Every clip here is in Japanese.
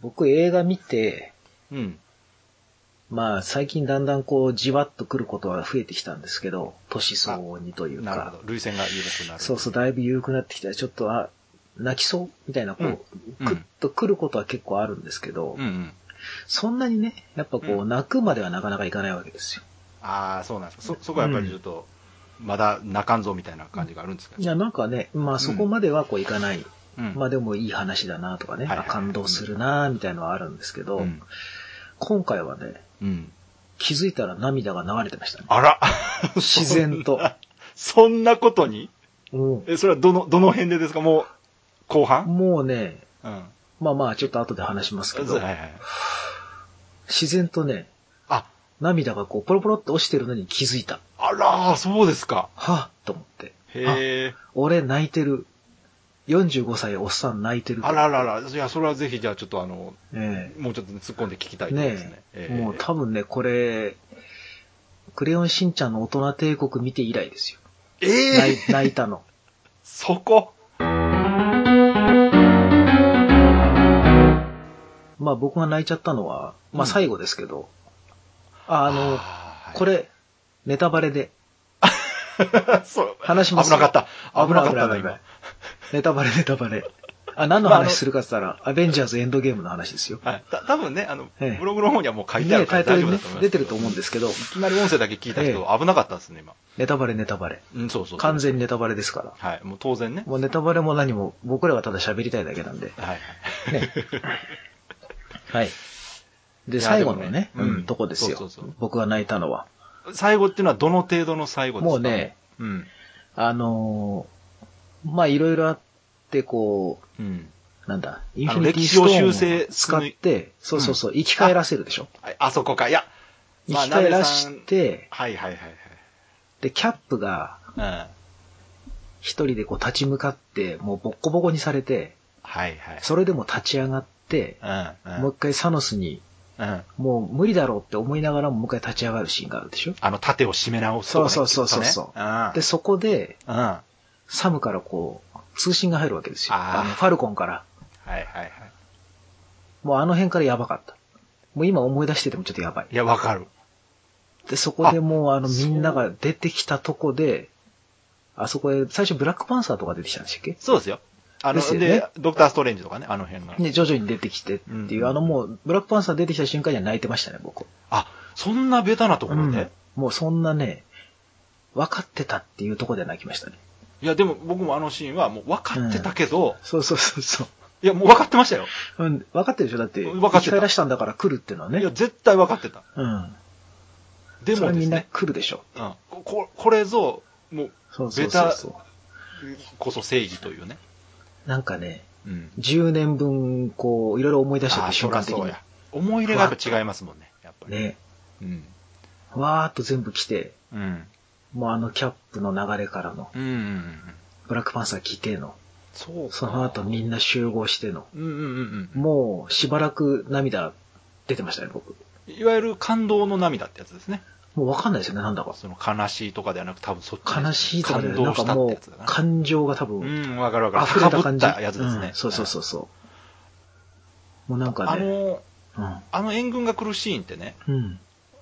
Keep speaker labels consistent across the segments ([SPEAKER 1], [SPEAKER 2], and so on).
[SPEAKER 1] 僕映画見て、
[SPEAKER 2] うん。
[SPEAKER 1] まあ最近だんだんこうじわっと来ることは増えてきたんですけど、年相応にという
[SPEAKER 2] なる
[SPEAKER 1] か
[SPEAKER 2] ほど。、涙腺が緩くなる。
[SPEAKER 1] そうそう、だいぶ緩くなってきたら、ちょっと、あ、泣きそうみたいな、こう、
[SPEAKER 2] うん
[SPEAKER 1] クッと来ることは結構あるんですけど、
[SPEAKER 2] うんうん。
[SPEAKER 1] そんなにね、やっぱこう、
[SPEAKER 2] う
[SPEAKER 1] 泣くまではなかなかいかないわけですよ。
[SPEAKER 2] ああ、そうなんですか。そ、そこはやっぱりちょっと、まだ泣かんぞみたいな感じがあるんですか
[SPEAKER 1] いや、なんかね、まあそこまではこういかない。
[SPEAKER 2] うん。
[SPEAKER 1] まあでもいい話だなとかね、
[SPEAKER 2] はいはい
[SPEAKER 1] あ感動するなみたいのはあるんですけど、
[SPEAKER 2] うん。
[SPEAKER 1] 今回はね、
[SPEAKER 2] うん。
[SPEAKER 1] 気づいたら涙が流れてましたね。
[SPEAKER 2] あら
[SPEAKER 1] 自然と。
[SPEAKER 2] そんなことに
[SPEAKER 1] うん
[SPEAKER 2] え、それはどの、どの辺でですかもう、後半
[SPEAKER 1] もうね、
[SPEAKER 2] うん。は
[SPEAKER 1] まあまあちょっと後で話しますけ
[SPEAKER 2] い
[SPEAKER 1] ど、
[SPEAKER 2] はい。
[SPEAKER 1] 自然とね、
[SPEAKER 2] あ、
[SPEAKER 1] 涙がこうポロポロって落ちてるのに気づいた。
[SPEAKER 2] あらー、そうですか。
[SPEAKER 1] はぁと思って。あ
[SPEAKER 2] へえ。
[SPEAKER 1] 俺泣いてる。45歳おっさん泣いてる。
[SPEAKER 2] あららら。いや、それはぜひ、じゃあちょっとあの、
[SPEAKER 1] え
[SPEAKER 2] もうちょっと突っ込んで聞きたい
[SPEAKER 1] え
[SPEAKER 2] ところです
[SPEAKER 1] ね
[SPEAKER 2] ね。
[SPEAKER 1] え
[SPEAKER 2] ええ
[SPEAKER 1] もう多分ね、これ、クレヨンしんちゃんの大人帝国見て以来ですよ。
[SPEAKER 2] え
[SPEAKER 1] 泣
[SPEAKER 2] え
[SPEAKER 1] い泣いたの。
[SPEAKER 2] そこ
[SPEAKER 1] まあ僕が泣いちゃったのは、ま
[SPEAKER 2] うん
[SPEAKER 1] あ最後ですけど、ああの、
[SPEAKER 2] の
[SPEAKER 1] こ、れ、ネタバレで、
[SPEAKER 2] はい そう。
[SPEAKER 1] 話します
[SPEAKER 2] 危なかった。危なかっ
[SPEAKER 1] 危な
[SPEAKER 2] た
[SPEAKER 1] い危
[SPEAKER 2] な、
[SPEAKER 1] な
[SPEAKER 2] 今
[SPEAKER 1] い。ネタバレネタバレ。あ、何の
[SPEAKER 2] まああの
[SPEAKER 1] 話するかって言ったら、アベンジャーズエンドゲームの話ですよ。
[SPEAKER 2] はい。た多分ね、あの、
[SPEAKER 1] ええ
[SPEAKER 2] ブログの方にはもう書いてあ
[SPEAKER 1] ねタ
[SPEAKER 2] るか
[SPEAKER 1] イ
[SPEAKER 2] ら
[SPEAKER 1] ト
[SPEAKER 2] 大
[SPEAKER 1] ル
[SPEAKER 2] 丈夫
[SPEAKER 1] に
[SPEAKER 2] だ
[SPEAKER 1] ね
[SPEAKER 2] と思います。
[SPEAKER 1] 出てると思うんですけど、
[SPEAKER 2] いきなり音声だけ聞いたけど、危なかったですね、今。
[SPEAKER 1] ネタバレネタバレ。
[SPEAKER 2] うん、そうそう。
[SPEAKER 1] 完全にネタバレですから。
[SPEAKER 2] はい。もう当然ね。
[SPEAKER 1] もうネタバレも何も、僕らがただ喋りたいだけなんで。
[SPEAKER 2] はい。
[SPEAKER 1] ね。はい。で、
[SPEAKER 2] いや
[SPEAKER 1] 最後の
[SPEAKER 2] でもね
[SPEAKER 1] ね、
[SPEAKER 2] う
[SPEAKER 1] うんん、とこですよ
[SPEAKER 2] そうそうそう。
[SPEAKER 1] 僕が泣いたのは。
[SPEAKER 2] 最後っていうのはどの程度の最後ですか
[SPEAKER 1] もうね、
[SPEAKER 2] うん。
[SPEAKER 1] あのーまあ、いろいろあって、こ
[SPEAKER 2] うん。
[SPEAKER 1] う、なんだ、イン
[SPEAKER 2] の
[SPEAKER 1] フィニティ
[SPEAKER 2] 歴
[SPEAKER 1] ス
[SPEAKER 2] 史
[SPEAKER 1] ト
[SPEAKER 2] を
[SPEAKER 1] ーン
[SPEAKER 2] 修正
[SPEAKER 1] を使って、そうそうそう、生き返らせるでしょ。
[SPEAKER 2] ああそこか。いや、
[SPEAKER 1] 生き返ら
[SPEAKER 2] ナ
[SPEAKER 1] し
[SPEAKER 2] ベさん
[SPEAKER 1] て、
[SPEAKER 2] はいはいはい
[SPEAKER 1] で、キャップが
[SPEAKER 2] はい。うん。
[SPEAKER 1] 一人でこう立ち向かって、もうボッコボコにされて、
[SPEAKER 2] はいはい。
[SPEAKER 1] それでも立ち上がって、
[SPEAKER 2] うん。うん。
[SPEAKER 1] もう一回サノスに、
[SPEAKER 2] うん。
[SPEAKER 1] もう無理だろうって思いながらももう一回立ち上がるシーンがあるでしょ。
[SPEAKER 2] あの、盾を締め直すとかね。
[SPEAKER 1] そうそうそうそうそう
[SPEAKER 2] きっとね
[SPEAKER 1] で、そこで、
[SPEAKER 2] うん。うん。はい
[SPEAKER 1] サムからこう、通信が入るわけですよ。
[SPEAKER 2] あー
[SPEAKER 1] あの、ファルコンから。
[SPEAKER 2] はいはい。
[SPEAKER 1] もうあの辺からやばかった。もう今思い出しててもちょっとやばい。
[SPEAKER 2] いや、わかる。
[SPEAKER 1] で、そこで
[SPEAKER 2] あ
[SPEAKER 1] もうあの
[SPEAKER 2] そう
[SPEAKER 1] みんなが出てきたとこで、あそこで、最初ブラックパンサーとか出てきたんでしたっけ
[SPEAKER 2] そうですよ。あの、
[SPEAKER 1] です
[SPEAKER 2] で
[SPEAKER 1] よね
[SPEAKER 2] ドクターストレンジとかね、あの辺が。
[SPEAKER 1] で、徐々に出てきてっていう、
[SPEAKER 2] うん
[SPEAKER 1] あのもう、ブラックパンサー出てきた瞬間には泣いてましたね、僕。
[SPEAKER 2] あ、そんなベタなところで、
[SPEAKER 1] うんもうそんなね、分かってたっていうとこで泣きましたね。
[SPEAKER 2] いや、でも僕もあのシーンはもう分かってたけど、
[SPEAKER 1] そうそうそうそう。
[SPEAKER 2] いや、もう分かってましたよ。
[SPEAKER 1] うん、分かってるでしょだって、
[SPEAKER 2] 分かってた
[SPEAKER 1] 生き返らしたんだから来るっていうのはい
[SPEAKER 2] や、
[SPEAKER 1] ね。
[SPEAKER 2] 絶対分かってた。
[SPEAKER 1] うん。
[SPEAKER 2] で
[SPEAKER 1] それ
[SPEAKER 2] も
[SPEAKER 1] は
[SPEAKER 2] で
[SPEAKER 1] み
[SPEAKER 2] す
[SPEAKER 1] んな
[SPEAKER 2] ね、
[SPEAKER 1] 来るでしょ。
[SPEAKER 2] うん、こここれぞ、もう、
[SPEAKER 1] そうそうそうそう。
[SPEAKER 2] こそ正義というね。
[SPEAKER 1] なんかね、
[SPEAKER 2] うん。
[SPEAKER 1] 10年分、こう、いろいろ思い出しちゃっ
[SPEAKER 2] あ
[SPEAKER 1] て、
[SPEAKER 2] そ
[SPEAKER 1] 瞬
[SPEAKER 2] ら
[SPEAKER 1] 間的
[SPEAKER 2] そう
[SPEAKER 1] に
[SPEAKER 2] や。。思い入れがやっぱ違いますもんね、やっぱり。
[SPEAKER 1] ね。
[SPEAKER 2] うん。
[SPEAKER 1] わーっと全部来て、
[SPEAKER 2] うん。
[SPEAKER 1] もうあのキャップの流れからの、
[SPEAKER 2] うんうんうん。
[SPEAKER 1] ブラックパンサー来ての、
[SPEAKER 2] そうか
[SPEAKER 1] その後みんな集合しての、
[SPEAKER 2] うんうんうんうん。
[SPEAKER 1] もうしばらく涙出てましたね、僕。
[SPEAKER 2] いわゆる感動の涙ってやつですね。
[SPEAKER 1] もうわかんないですよね、なんだか。
[SPEAKER 2] その悲しいとかではなく、多分そっちですね、
[SPEAKER 1] 悲しいとかで、
[SPEAKER 2] 感
[SPEAKER 1] な
[SPEAKER 2] 動
[SPEAKER 1] ん
[SPEAKER 2] し
[SPEAKER 1] か
[SPEAKER 2] たっ
[SPEAKER 1] も
[SPEAKER 2] て
[SPEAKER 1] う
[SPEAKER 2] やつだな。
[SPEAKER 1] 感情が多
[SPEAKER 2] う
[SPEAKER 1] 分、
[SPEAKER 2] ん、わかるわかる。
[SPEAKER 1] 溢れた感じ。
[SPEAKER 2] 高ぶったやつですね。
[SPEAKER 1] うんそうそうそうそう。もうなんか
[SPEAKER 2] あ
[SPEAKER 1] ね、
[SPEAKER 2] の、
[SPEAKER 1] うん
[SPEAKER 2] あの援軍が来るシーンってね、
[SPEAKER 1] うん。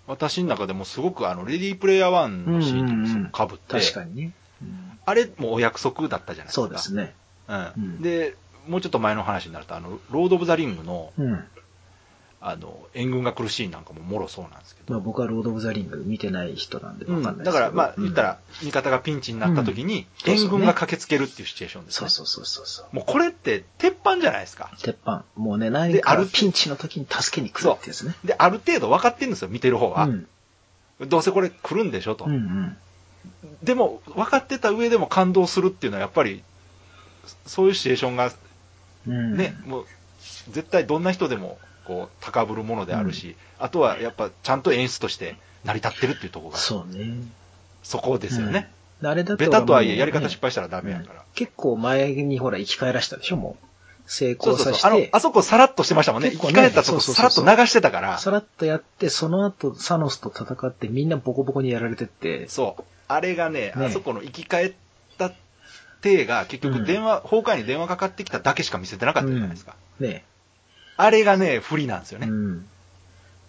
[SPEAKER 2] 私の中でもすごくあの、レディープレイヤー1のシーンともすごく被って、
[SPEAKER 1] 確かにね。うん
[SPEAKER 2] あれもお約束だったじゃないですか。
[SPEAKER 1] そうですね。
[SPEAKER 2] うん
[SPEAKER 1] うん
[SPEAKER 2] で、もうちょっと前の話になると、あの、ロード・オブ・ザ・リングの、
[SPEAKER 1] うん。
[SPEAKER 2] あの、援軍が来るシーンなんかももろそうなんですけど。
[SPEAKER 1] まあ僕はロード・オブ・ザ・リング見てない人なんでわかんないですけど、
[SPEAKER 2] だから、まあ、
[SPEAKER 1] うん
[SPEAKER 2] 言ったら、味方がピンチになった時に、
[SPEAKER 1] うん
[SPEAKER 2] 援軍が駆けつけるっていうシチュエーションです
[SPEAKER 1] そ
[SPEAKER 2] ね
[SPEAKER 1] う。そうそうそうそう。
[SPEAKER 2] もうこれって、鉄板じゃないですか。
[SPEAKER 1] 鉄板。もうね、何か
[SPEAKER 2] ある
[SPEAKER 1] るピンチの時に助けに来るってやつね。
[SPEAKER 2] で、ある程度分かってるんですよ、見てる方は。
[SPEAKER 1] うん。
[SPEAKER 2] どうせこれ来るんでしょと。
[SPEAKER 1] うんうん。
[SPEAKER 2] でも、分かってた上でも感動するっていうのは、やっぱり、そういうシチュエーションが
[SPEAKER 1] うん、
[SPEAKER 2] ね、もう絶対どんな人でもこう高ぶるものであるし、あとはやっぱちゃんと演出として成り立ってるっていうところがそ
[SPEAKER 1] そうね。
[SPEAKER 2] こですよね、
[SPEAKER 1] うん。あれだ
[SPEAKER 2] ベタとはいえやり
[SPEAKER 1] も
[SPEAKER 2] 方
[SPEAKER 1] うね
[SPEAKER 2] 失敗したらダメやから、
[SPEAKER 1] 結構前にほら、生き返らしたでしょ、もう。成
[SPEAKER 2] そう
[SPEAKER 1] 功
[SPEAKER 2] そう
[SPEAKER 1] さ
[SPEAKER 2] そうあの
[SPEAKER 1] せて
[SPEAKER 2] あ、そこさらっとしてましたもんね
[SPEAKER 1] 結構
[SPEAKER 2] 生
[SPEAKER 1] ね
[SPEAKER 2] き返ったと
[SPEAKER 1] そ
[SPEAKER 2] こ
[SPEAKER 1] うそうそ
[SPEAKER 2] さら
[SPEAKER 1] う
[SPEAKER 2] っ
[SPEAKER 1] そ
[SPEAKER 2] と
[SPEAKER 1] う
[SPEAKER 2] 流してたから
[SPEAKER 1] さらっとやって、その後、サノスと戦って、みんなボコボコにやられてって、
[SPEAKER 2] そうあれがね
[SPEAKER 1] ね
[SPEAKER 2] あそこの生き返った体が結
[SPEAKER 1] う
[SPEAKER 2] 局
[SPEAKER 1] ん
[SPEAKER 2] 電話、崩壊に電話かかってきただけしか見せてなかったじゃないですか、
[SPEAKER 1] ね。
[SPEAKER 2] あれがね、不利なんですよ
[SPEAKER 1] う
[SPEAKER 2] ね。
[SPEAKER 1] ん。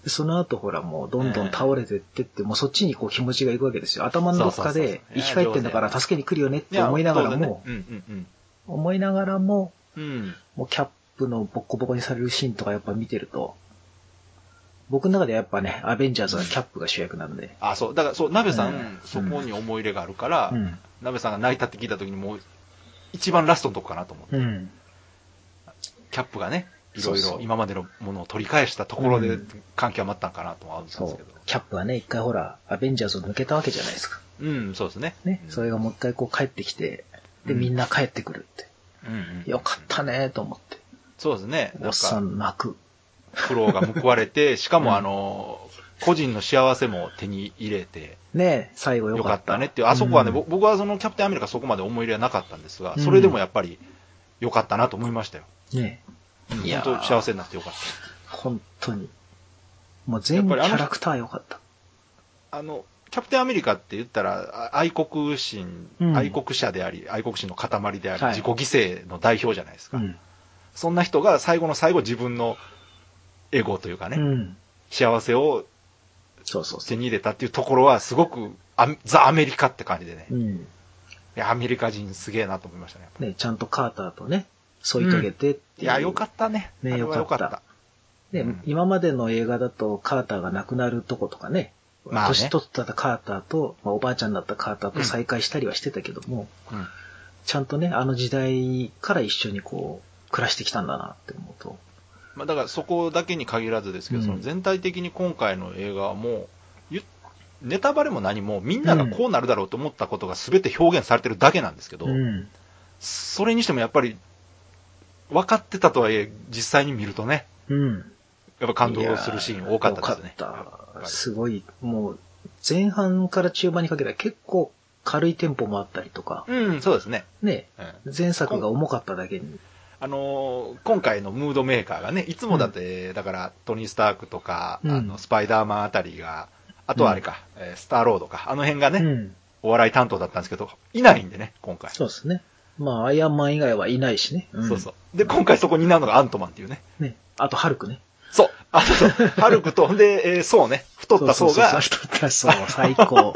[SPEAKER 1] でその後ほらもうどんどん倒れてってって、もうそっちにこう気持ちがいくわけですよ。頭のどっか
[SPEAKER 2] そうそう
[SPEAKER 1] で
[SPEAKER 2] そうそう
[SPEAKER 1] 生き返ってんだから助けに来るよねって思いながらも、
[SPEAKER 2] そうだねうんうん
[SPEAKER 1] 思いながらも、
[SPEAKER 2] うん。うん。
[SPEAKER 1] もうキャップのボッコボコにされるシーンとかやっぱ見てると、僕の中ではやっぱね、アベンジャーズはキャップが主役なんで、
[SPEAKER 2] あ、そう、だから、そう、鍋さん、
[SPEAKER 1] うん
[SPEAKER 2] そこに思い入れがあるから、
[SPEAKER 1] うん。
[SPEAKER 2] 鍋さんが泣いたって聞いた時にもう、一番ラストのとこかなと思って、
[SPEAKER 1] うん。
[SPEAKER 2] キャップがね、い
[SPEAKER 1] そ
[SPEAKER 2] ろ
[SPEAKER 1] う
[SPEAKER 2] い
[SPEAKER 1] そ
[SPEAKER 2] ろ
[SPEAKER 1] う
[SPEAKER 2] 今までのものを取り返したところ
[SPEAKER 1] う
[SPEAKER 2] で
[SPEAKER 1] ん、
[SPEAKER 2] 関係は待ったんかなともあるんですけ
[SPEAKER 1] そ
[SPEAKER 2] ど
[SPEAKER 1] う。。キャップはね、一回ほら、アベンジャーズを抜けたわけじゃないですか。
[SPEAKER 2] うん、そうですね。
[SPEAKER 1] ね。
[SPEAKER 2] うん
[SPEAKER 1] それがもう一回こう帰ってきて、で、
[SPEAKER 2] うん
[SPEAKER 1] みんな帰ってくるって。
[SPEAKER 2] うんうん
[SPEAKER 1] よかっ。たねと思って。
[SPEAKER 2] そうですね。
[SPEAKER 1] お
[SPEAKER 2] なん
[SPEAKER 1] っさ
[SPEAKER 2] か、
[SPEAKER 1] ん泣く。
[SPEAKER 2] 苦労が報わ れて、しか
[SPEAKER 1] うん
[SPEAKER 2] も、あの、個人の幸せも手に入れて、
[SPEAKER 1] ね最後よ
[SPEAKER 2] よ
[SPEAKER 1] か
[SPEAKER 2] か
[SPEAKER 1] っ。
[SPEAKER 2] ったたねっていう、あそこはね、
[SPEAKER 1] うん
[SPEAKER 2] ぼ僕はそのキャプテンアメリカそこまで思い入れはなかったんですが、
[SPEAKER 1] うん
[SPEAKER 2] それでもやっぱり、よかったなと思いましたよ。
[SPEAKER 1] ねいや
[SPEAKER 2] 本
[SPEAKER 1] ー
[SPEAKER 2] 当幸せになってよかった。
[SPEAKER 1] 本当に。もう全部
[SPEAKER 2] や
[SPEAKER 1] キ
[SPEAKER 2] っぱりあの
[SPEAKER 1] ャラクター良かった。
[SPEAKER 2] あの、キャプテンアメリカって言ったら、あ愛国心、
[SPEAKER 1] うん
[SPEAKER 2] 愛国者であり、愛国心の塊であり、
[SPEAKER 1] はい
[SPEAKER 2] 自己犠牲の代表じゃないですか。
[SPEAKER 1] うん。
[SPEAKER 2] そんな人が最後の最後自分のエゴというかね、
[SPEAKER 1] うん。
[SPEAKER 2] 幸せを
[SPEAKER 1] そうそうそ
[SPEAKER 2] 手に入れたっていうところは、すごくアメザ・アメリカって感じでね、
[SPEAKER 1] う。
[SPEAKER 2] い
[SPEAKER 1] うん。
[SPEAKER 2] やアメリカ人すげえなと思いましたね。やっぱ
[SPEAKER 1] ねちゃんとカーターとね、添い遂げてってう
[SPEAKER 2] いや、よかったね。
[SPEAKER 1] ね
[SPEAKER 2] あれは
[SPEAKER 1] よかった
[SPEAKER 2] よ
[SPEAKER 1] ね、
[SPEAKER 2] うん
[SPEAKER 1] 今までの映画だとカーターが亡くなるとことかね、
[SPEAKER 2] まあね
[SPEAKER 1] 年取ったカーターと、まあ、おばあちゃんだったカーターと再会したりはしてたけども、
[SPEAKER 2] たうん
[SPEAKER 1] ちゃんとね、あの時代から一緒にこう、暮らしてきたんだなって思うと。
[SPEAKER 2] まあ、だからそこだけに限らずですけど、
[SPEAKER 1] うん
[SPEAKER 2] その全体的に今回の映画はもう、ゆネタバレも何も、みんながこうなるだろうと思ったことが全て表現されてるだけなんですけど、
[SPEAKER 1] うん。
[SPEAKER 2] それにしてもやっぱり、分かってたとはいえ、実際に見るとね、
[SPEAKER 1] うん。
[SPEAKER 2] やっぱ感動するシーン多かったですね。
[SPEAKER 1] 多
[SPEAKER 2] や
[SPEAKER 1] か
[SPEAKER 2] っ
[SPEAKER 1] った。
[SPEAKER 2] ぱり
[SPEAKER 1] すごい、もう、前半から中盤にかけては結構軽いテンポもあったりとか、
[SPEAKER 2] うん、そうですね。
[SPEAKER 1] ね、
[SPEAKER 2] うん
[SPEAKER 1] 前作が重かっただけに。
[SPEAKER 2] あのー今回のムードメーカーがね、いつもだって、だから、トニー・スタークとか、
[SPEAKER 1] うん
[SPEAKER 2] あのスパイダーマンあたりが、あとはあれか、えースター・ロードか、あの辺がね、
[SPEAKER 1] うん。
[SPEAKER 2] お笑い担当だったんですけど、いないんでね、今回。
[SPEAKER 1] そうですね。まあ、アイアンマン以外はいないしね。ん
[SPEAKER 2] そうそう。で、今回そこになるのがアントマンっていうね。
[SPEAKER 1] ね。あと、ハルクね。
[SPEAKER 2] そう。あ、そ うそう。ハルクと、ほんで、えーそうね。太った層
[SPEAKER 1] そ
[SPEAKER 2] が
[SPEAKER 1] う、そうそう太った層、最高。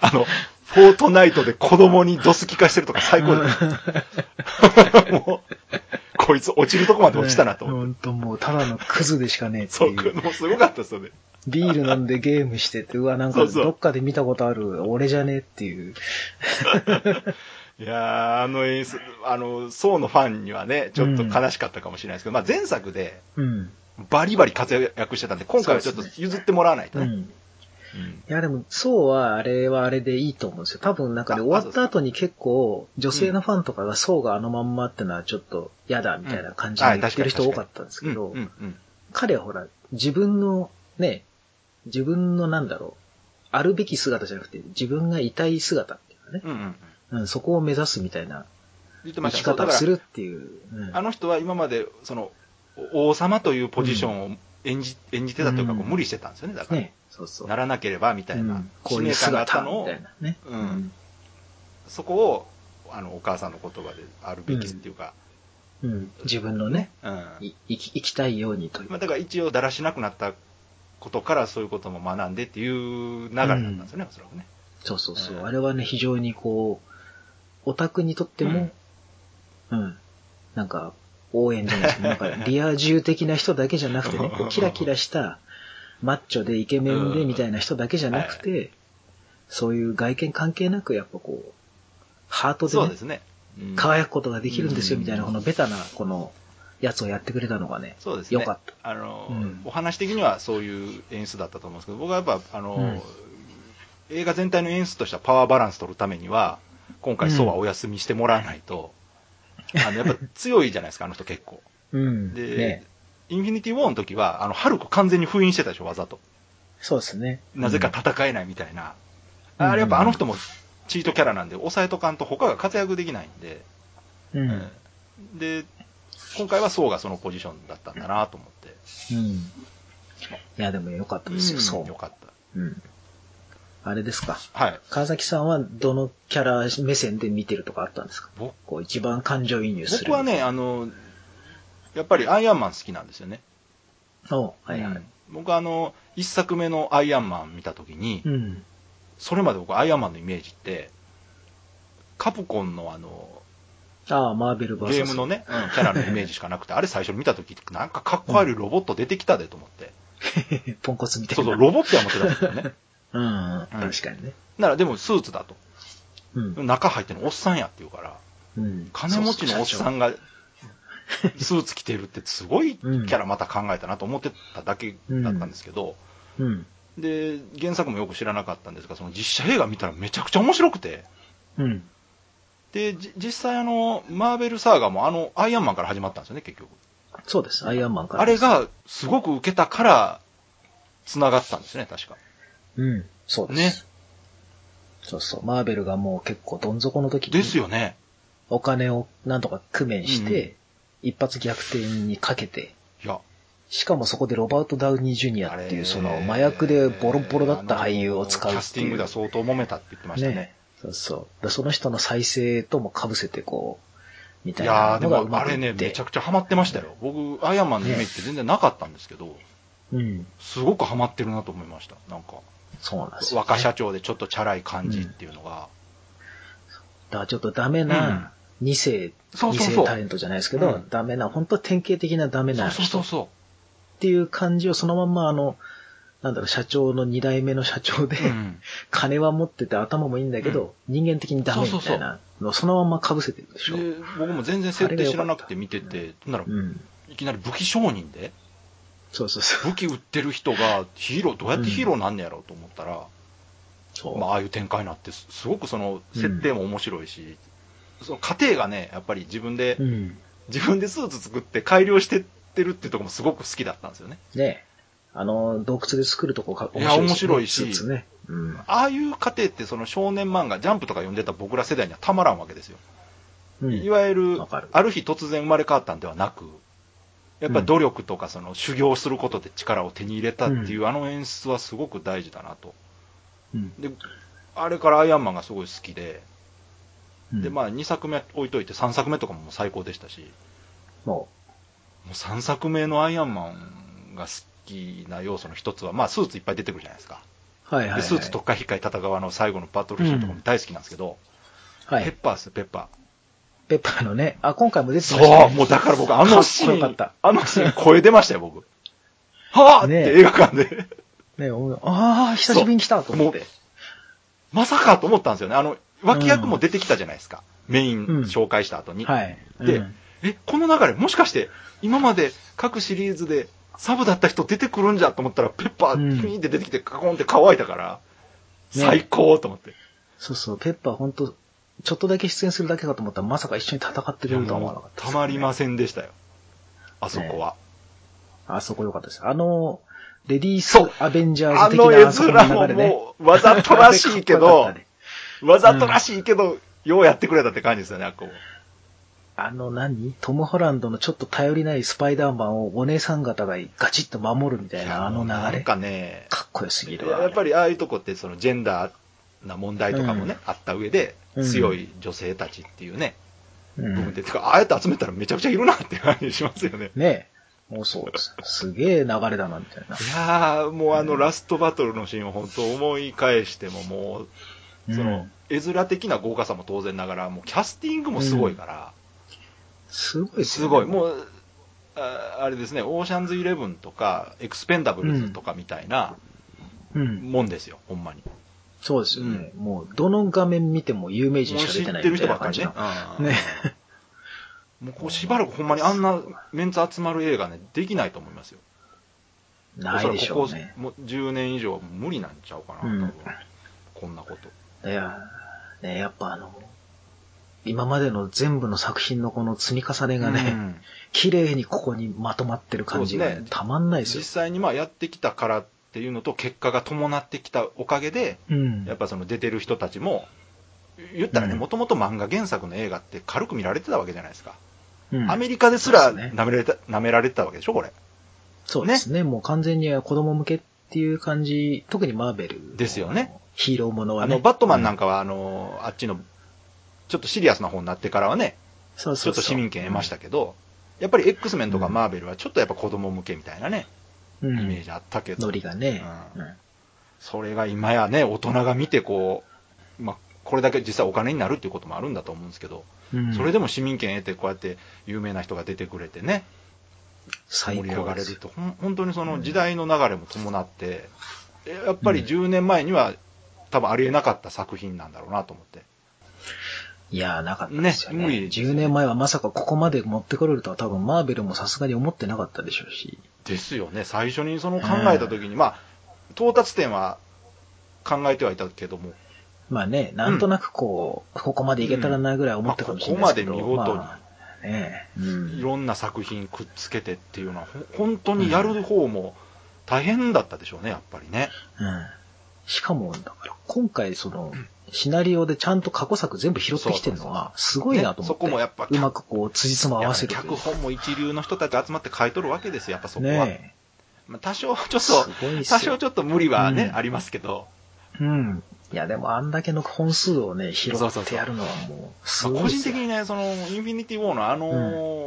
[SPEAKER 2] あの、フォートナイトで子供にドス聞かしてるとか 最高だよ、 もう、こいつ落ちるとこまで落ちたなと思って。
[SPEAKER 1] 本当もう、ただのクズでしかねえって
[SPEAKER 2] そう、
[SPEAKER 1] いう。
[SPEAKER 2] もうすごかったですよね。
[SPEAKER 1] ビール飲んでゲームしてって、うわ、なん
[SPEAKER 2] そ
[SPEAKER 1] か
[SPEAKER 2] うそう
[SPEAKER 1] どっかで見たことある、俺じゃねえっていう。
[SPEAKER 2] いやー、あの演出、あの、層のファンにはね、ちょっと悲しかったかもしれないですけど、まあ前作で
[SPEAKER 1] うん。
[SPEAKER 2] バリバリ活躍してたんで、今回はちょっと譲ってもらわないと
[SPEAKER 1] う
[SPEAKER 2] ね。
[SPEAKER 1] ん。
[SPEAKER 2] うん
[SPEAKER 1] いや、でも、そうは、あれはあれでいいと思うんですよ。多分、なんかね、
[SPEAKER 2] あ
[SPEAKER 1] 終わった後に結構、女性のファンとかが、そうがあのまんまってのはちょっと嫌だ、みたいな感じで言ってる人多かったんです
[SPEAKER 2] う
[SPEAKER 1] け
[SPEAKER 2] ん、う
[SPEAKER 1] ど、
[SPEAKER 2] ん、うん。
[SPEAKER 1] 彼はほら、自分の、ね、自分のなんだろう、あるべき姿じゃなくて、自分がいたい姿っていうかね、
[SPEAKER 2] うん、うん。
[SPEAKER 1] うん、そこを目指すみたいな
[SPEAKER 2] 言っ
[SPEAKER 1] 生
[SPEAKER 2] てまし
[SPEAKER 1] き
[SPEAKER 2] たそう
[SPEAKER 1] 方
[SPEAKER 2] だ
[SPEAKER 1] を
[SPEAKER 2] から
[SPEAKER 1] するっていう。うん
[SPEAKER 2] あの人は今まで、その、王様というポジションを演じ,、演じてたというか、
[SPEAKER 1] うん
[SPEAKER 2] こう無理してたんですよね、だから。
[SPEAKER 1] ね、そうそう。、
[SPEAKER 2] ならなければ、みたいうなん
[SPEAKER 1] こ
[SPEAKER 2] 使
[SPEAKER 1] うい
[SPEAKER 2] 命
[SPEAKER 1] う
[SPEAKER 2] 感があった
[SPEAKER 1] 姿
[SPEAKER 2] の
[SPEAKER 1] み
[SPEAKER 2] を
[SPEAKER 1] た、いなね。
[SPEAKER 2] うんそこを、あの、お母さんの言葉であるべきっていうか、
[SPEAKER 1] うん。うん自分のね、
[SPEAKER 2] うん。
[SPEAKER 1] い生き生きたいようにという
[SPEAKER 2] まあ、だから一応、だらしなくなったことから、そういうことも学んでっていう流れだったんですよね、おそらくね。
[SPEAKER 1] そうそうそう。
[SPEAKER 2] うん
[SPEAKER 1] あれはね、非常にこう、オタクにとっても、うん、なんか、応援じゃないですか。 なんか、リア充的な人だけじゃなくてね、こうキラキラした、マッチョでイケメンでみたいな人だけじゃなくて、そういう外見関係なく、やっぱこう、ハートで
[SPEAKER 2] そう
[SPEAKER 1] ね
[SPEAKER 2] ですね。うん
[SPEAKER 1] 輝くことができるんですよ、
[SPEAKER 2] うん
[SPEAKER 1] みたいな、このベタな、この、やつをやってくれたのがね、
[SPEAKER 2] そうですね。
[SPEAKER 1] よかった。
[SPEAKER 2] あの、
[SPEAKER 1] うん
[SPEAKER 2] お話的にはそういう演出だったと思うんですけど、僕はやっぱ、あの、
[SPEAKER 1] うん
[SPEAKER 2] 映画全体の演出としてはパワーバランス取るためには、今回、そうはお休みしてもらわないと、あの、やっぱ強いじゃないですか、あの人結構。
[SPEAKER 1] うん。
[SPEAKER 2] で、
[SPEAKER 1] ね。
[SPEAKER 2] インフィニティ・ウォーの時は、あの、ハルク完全に封印してたでしょ、わざと。
[SPEAKER 1] そうですね。
[SPEAKER 2] なぜか戦えないみたいな。
[SPEAKER 1] うん
[SPEAKER 2] あれやっぱあの人もチートキャラなんで、抑えとかんと他が活躍できないんで、
[SPEAKER 1] うん。うん。
[SPEAKER 2] うんで、今回はそうがそのポジションだったんだなと思って。
[SPEAKER 1] いや、でもよかったですよ、そう
[SPEAKER 2] よ。かった。
[SPEAKER 1] うん。あれですか。
[SPEAKER 2] はい。
[SPEAKER 1] 川崎さんはどのキャラ目線で見てるとかあったんですか
[SPEAKER 2] 僕
[SPEAKER 1] こう一番感情移入する。
[SPEAKER 2] 僕はね、あの、やっぱりアイアンマン好きなんですよね。
[SPEAKER 1] おうはいは
[SPEAKER 2] う
[SPEAKER 1] い
[SPEAKER 2] ん。僕あの、一作目のアイアンマン見たときに、
[SPEAKER 1] うん。
[SPEAKER 2] それまで僕アイアンマンのイメージって、カプコンのあの、
[SPEAKER 1] ああ、マーベルバー
[SPEAKER 2] ゲームのね、うんキャラのイメージしか なくて、あれ最初見たときって、なんかかっこ悪いロボット出てきたでと思って。
[SPEAKER 1] ポンコツみたい
[SPEAKER 2] そ
[SPEAKER 1] な。
[SPEAKER 2] う そう、ロボットや思ってたんですよね。
[SPEAKER 1] うんうん。確かにね。
[SPEAKER 2] ならでもスーツだと。
[SPEAKER 1] うん。
[SPEAKER 2] 中入ってるのおっさんやって言うから、
[SPEAKER 1] うん。
[SPEAKER 2] 金持ちのおっさ
[SPEAKER 1] ん。
[SPEAKER 2] んがスーツ着てるってすごいキャラまた考えたなと思ってただけだったんですけど、
[SPEAKER 1] うん。
[SPEAKER 2] で、原作もよく知らなかったんですが、その実写映画見たらめちゃくちゃ面白くて、
[SPEAKER 1] うん。
[SPEAKER 2] で、じ実際あの、マーベルサーガもあの、アイアンマンから始まったんですよね、結局。
[SPEAKER 1] そうです。アイアンマンから。
[SPEAKER 2] あれ。がすごく受けたから、繋がったんですね、確か。
[SPEAKER 1] うん。そうです。
[SPEAKER 2] ね
[SPEAKER 1] ね。そうそう。マーベルがもう結構どん底の時に。
[SPEAKER 2] ですよね。
[SPEAKER 1] お金をなんとか工面し
[SPEAKER 2] うんう
[SPEAKER 1] て、一発逆転にかけて、
[SPEAKER 2] いや、
[SPEAKER 1] しかもそこでロバート・ダウニー・ジュニアっていう、その麻薬でボロボロだった俳優を使うっていう。
[SPEAKER 2] キャスティングでは相当揉めたって言ってましたね。
[SPEAKER 1] ね。そうそう。でその人の再生とも被せてこう、みた
[SPEAKER 2] い
[SPEAKER 1] い
[SPEAKER 2] や
[SPEAKER 1] な
[SPEAKER 2] ー、で
[SPEAKER 1] のがう
[SPEAKER 2] も
[SPEAKER 1] ま
[SPEAKER 2] あ
[SPEAKER 1] くい
[SPEAKER 2] れ
[SPEAKER 1] って。
[SPEAKER 2] ね、めちゃくちゃハマってましたよ。僕、アイアンマンのイメージって全然なかったんですけど、
[SPEAKER 1] うん。
[SPEAKER 2] すごくハマってるなと思いました。なんか、
[SPEAKER 1] そうなんですよ、
[SPEAKER 2] 若社
[SPEAKER 1] だか
[SPEAKER 2] 長でちょっとチャラい感じっていうのが。
[SPEAKER 1] らちょっとダメな、二世、
[SPEAKER 2] そう
[SPEAKER 1] 二
[SPEAKER 2] そう
[SPEAKER 1] 世
[SPEAKER 2] そう。
[SPEAKER 1] タレントじゃないですけど、
[SPEAKER 2] うん
[SPEAKER 1] ダメな、本当典型的なダメ
[SPEAKER 2] そ
[SPEAKER 1] な
[SPEAKER 2] うそう
[SPEAKER 1] 人
[SPEAKER 2] そう
[SPEAKER 1] っ
[SPEAKER 2] そ
[SPEAKER 1] ていう感じをそのまんまあの、なんだろう、社長の二代目の社長で、
[SPEAKER 2] う。うん。
[SPEAKER 1] 金は持ってて頭もいいんだけど、人間的にダメみたいなのをそのまんま被せてるでしょ。
[SPEAKER 2] で僕も全然設定知らなくて見てて、なら、
[SPEAKER 1] うん。
[SPEAKER 2] いきなり武器商人で、
[SPEAKER 1] そうそうそう。
[SPEAKER 2] 武器売ってる人がヒーロー、どうやってヒーローなんねやろうと思ったら、
[SPEAKER 1] そう
[SPEAKER 2] まあ、ああいう展開になって、すすごくその設定も面白いし、その過程がね、やっぱり自分で、
[SPEAKER 1] うん。
[SPEAKER 2] 自分でスーツ作って改良してってるってとこもすごく好きだったんですよね。
[SPEAKER 1] ねあの、洞窟で作るとこか
[SPEAKER 2] いや
[SPEAKER 1] 面白い
[SPEAKER 2] 面白いし
[SPEAKER 1] ですね。スーツねうん
[SPEAKER 2] ああいう過程ってその少年漫画、ジャンプとか読んでた僕ら世代にはたまらんわけですよ。
[SPEAKER 1] うん。
[SPEAKER 2] いわゆる
[SPEAKER 1] わかる、
[SPEAKER 2] ある日突然生まれ変わったんではなく、やっぱり努力とかその修行することで力を手に入れたっていう、あの演出はすごく大事だなと。
[SPEAKER 1] うん
[SPEAKER 2] で、あれからアイアンマンがすごい好きで、
[SPEAKER 1] うん
[SPEAKER 2] で、まあ2作目置いといて3作目とかももう最高でしたし、
[SPEAKER 1] も
[SPEAKER 2] もう3作目のアイアンマンが好きな要素の一つは、まあスーツいっぱい出てくるじゃないですか。
[SPEAKER 1] う、はいはい、は
[SPEAKER 2] で
[SPEAKER 1] い。
[SPEAKER 2] スーツ特化引っかい戦うあの最後のバトルシーンとかも大好きなんですけど、
[SPEAKER 1] は
[SPEAKER 2] ペ
[SPEAKER 1] い
[SPEAKER 2] ッ。パーですよ、ペッパー。
[SPEAKER 1] ペッパーのね、あ、今回も出て
[SPEAKER 2] そ
[SPEAKER 1] ました、
[SPEAKER 2] う、も うだから僕、あのシーン、
[SPEAKER 1] かっこよかった
[SPEAKER 2] あのシーン、声出ましたよ、僕。はぁって
[SPEAKER 1] ねえ
[SPEAKER 2] 映画館で。
[SPEAKER 1] ね、おああ、久しぶりに来たと思って。
[SPEAKER 2] まさかと思ったんですよね。あの、脇役も出てきたじゃないですか。メイン
[SPEAKER 1] うん
[SPEAKER 2] 紹介した後に。
[SPEAKER 1] はい。
[SPEAKER 2] で
[SPEAKER 1] うん
[SPEAKER 2] え、この流れ、もしかして、今まで各シリーズでサブだった人出てくるんじゃと思ったら、ペッパ
[SPEAKER 1] うん
[SPEAKER 2] ー、ピーンって出てきて、カコンって乾いたから、
[SPEAKER 1] ね
[SPEAKER 2] 最高と思って。
[SPEAKER 1] そうそう、ペッパー本当ちょっとだけ出演するだけかと思ったら、まさか一緒に戦って
[SPEAKER 2] いや
[SPEAKER 1] るとは思
[SPEAKER 2] も
[SPEAKER 1] わなかっ
[SPEAKER 2] う
[SPEAKER 1] た、
[SPEAKER 2] たまりま
[SPEAKER 1] ん。
[SPEAKER 2] せんでしたよ。あそこは。
[SPEAKER 1] あそこ良かったです。あの、レディース
[SPEAKER 2] そう
[SPEAKER 1] アベンジャー
[SPEAKER 2] あ
[SPEAKER 1] ズ的な
[SPEAKER 2] の絵
[SPEAKER 1] あそこ
[SPEAKER 2] 面も
[SPEAKER 1] 流れね
[SPEAKER 2] もう、わざとらしい け
[SPEAKER 1] かっこよか
[SPEAKER 2] ど
[SPEAKER 1] った、ね
[SPEAKER 2] わざとらしいけど、ようやってくれたって感じですよね、あっこ。
[SPEAKER 1] あの何トム・ホランドのちょっと頼りないスパイダーマンをお姉さん方がガチッと守るみたいなあの流
[SPEAKER 2] な
[SPEAKER 1] れ。
[SPEAKER 2] ん
[SPEAKER 1] か
[SPEAKER 2] かね、
[SPEAKER 1] っこよすぎるわ。
[SPEAKER 2] やっぱりああいうとこって、そのジェンダーな問題とかもね、あった上で、
[SPEAKER 1] うん
[SPEAKER 2] 強い女性たちっていうね、
[SPEAKER 1] う
[SPEAKER 2] 部分
[SPEAKER 1] ん、
[SPEAKER 2] で、てか、ああやって集めたらめちゃくちゃいるなって感じしますよね。
[SPEAKER 1] ねえ。もうそうです。すげえ流れだな、みたいな。
[SPEAKER 2] いやー、もうあのラストバトルのシーンを本当思い返しても、もう、その、絵面的な豪華さも当然ながら、もうキャスティングもすごいから、
[SPEAKER 1] すごいです
[SPEAKER 2] す
[SPEAKER 1] よね
[SPEAKER 2] ごい、もう、ああれですね、オーシャンズイレブンとか、エクスペンダブルズとかみたいな
[SPEAKER 1] う。ん。
[SPEAKER 2] もんですよ、ほんまに。
[SPEAKER 1] そうですよね。もう、どの画面見ても有名人しか出てないみたいな感じの。
[SPEAKER 2] ね
[SPEAKER 1] ね。
[SPEAKER 2] もうこうしばらくほんまにあんなメンツ集まる映画ね、できないと思いますよ。
[SPEAKER 1] ないでしょ
[SPEAKER 2] お
[SPEAKER 1] う
[SPEAKER 2] そらく
[SPEAKER 1] ね
[SPEAKER 2] こ。こもう10年以上は無理なんちゃうかな、多分
[SPEAKER 1] うん
[SPEAKER 2] こんなこと。
[SPEAKER 1] いや、ね、やっぱあの、今までの全部の作品のこの積み重ねがね、
[SPEAKER 2] うん
[SPEAKER 1] 綺麗にここにまとまってる感じが、
[SPEAKER 2] そうですね
[SPEAKER 1] たまんないです
[SPEAKER 2] 実
[SPEAKER 1] よ。
[SPEAKER 2] 際にまあやってきたからっていうのと、結果が伴ってきたおかげで、
[SPEAKER 1] うん
[SPEAKER 2] やっぱその出てる人たちも、言ったらね、
[SPEAKER 1] うん
[SPEAKER 2] もともと漫画原作の映画って軽く見られてたわけじゃないですか。
[SPEAKER 1] うん
[SPEAKER 2] アメリカですら
[SPEAKER 1] そうですね
[SPEAKER 2] 舐められた、舐められてたわけでしょ、これ。
[SPEAKER 1] そうですね。もう完全に子供向けっていう感じ、特にマーベル、
[SPEAKER 2] ですよね。
[SPEAKER 1] ヒーローものは
[SPEAKER 2] あ
[SPEAKER 1] ね。
[SPEAKER 2] の、バットマンなん
[SPEAKER 1] か、
[SPEAKER 2] かは、あの、あっちの、ちょっとシリアスな方になってからはね、
[SPEAKER 1] そう
[SPEAKER 2] ち
[SPEAKER 1] そう
[SPEAKER 2] ょっと
[SPEAKER 1] そう
[SPEAKER 2] 市民権得ましたけど、やっぱり X メンとかマーベルはちょっとやっぱ子供向けみたいなね、
[SPEAKER 1] う
[SPEAKER 2] イメー
[SPEAKER 1] ん。
[SPEAKER 2] ジあったけど、
[SPEAKER 1] ノリがね。
[SPEAKER 2] うんそれが今やね、大人が見てこう、まあ、これだけ実際お金になるっていうこともあるんだと思うんですけど、
[SPEAKER 1] うん。
[SPEAKER 2] それで
[SPEAKER 1] も
[SPEAKER 2] も市民権得てこうやって有名な人が出てくれてね、
[SPEAKER 1] 最
[SPEAKER 2] 盛り上
[SPEAKER 1] 高
[SPEAKER 2] がれ
[SPEAKER 1] です
[SPEAKER 2] る
[SPEAKER 1] よ。
[SPEAKER 2] と、ほん本当にその時代の流れも伴って、やっぱり10年前には多分ありえなかった作品なんだろうなと思って。
[SPEAKER 1] いやー、なかったですよね
[SPEAKER 2] ね無理ですよ
[SPEAKER 1] 10年前はまさかここまで持ってこれるとは多分マーベルもさすがに思ってなかったでしょうし。
[SPEAKER 2] ですよね、最初にその考えた時に、まあ、到達点は考えてはいたけども、
[SPEAKER 1] まあね、なんとなくこう、ここまでいけたらなぐらい思ったかもしれないですけど。
[SPEAKER 2] まあここまで見事に
[SPEAKER 1] まあねえう
[SPEAKER 2] い
[SPEAKER 1] ん。
[SPEAKER 2] ろんな作品くっつけてっていうのは、ほ本当にやる方も大変だったでしょうね、やっぱりね。
[SPEAKER 1] うん。しかも、だから今回その、シナリオでちゃんと過去作全部拾ってきてるのは、すごいなと思って。
[SPEAKER 2] ねそこもやっぱ
[SPEAKER 1] うまくこう、辻褄を合わせるという
[SPEAKER 2] 脚本も一流の人たち集まって書いとるわけですよ、やっぱそこは。
[SPEAKER 1] ね
[SPEAKER 2] まあ、多少ち
[SPEAKER 1] え。
[SPEAKER 2] ょっと
[SPEAKER 1] す、ごいっ
[SPEAKER 2] 多
[SPEAKER 1] す
[SPEAKER 2] 少
[SPEAKER 1] よ。
[SPEAKER 2] ちょっと無理はね、
[SPEAKER 1] うん
[SPEAKER 2] ありますけど、
[SPEAKER 1] うん。いや、でもあんだけの本数をね、拾
[SPEAKER 2] そうそう
[SPEAKER 1] っ
[SPEAKER 2] そ
[SPEAKER 1] て
[SPEAKER 2] う
[SPEAKER 1] やるのはもう、す
[SPEAKER 2] まあ
[SPEAKER 1] ごい
[SPEAKER 2] 個
[SPEAKER 1] っ
[SPEAKER 2] 人
[SPEAKER 1] すよ
[SPEAKER 2] 的にね、その、インフィニティ・ウォーのあの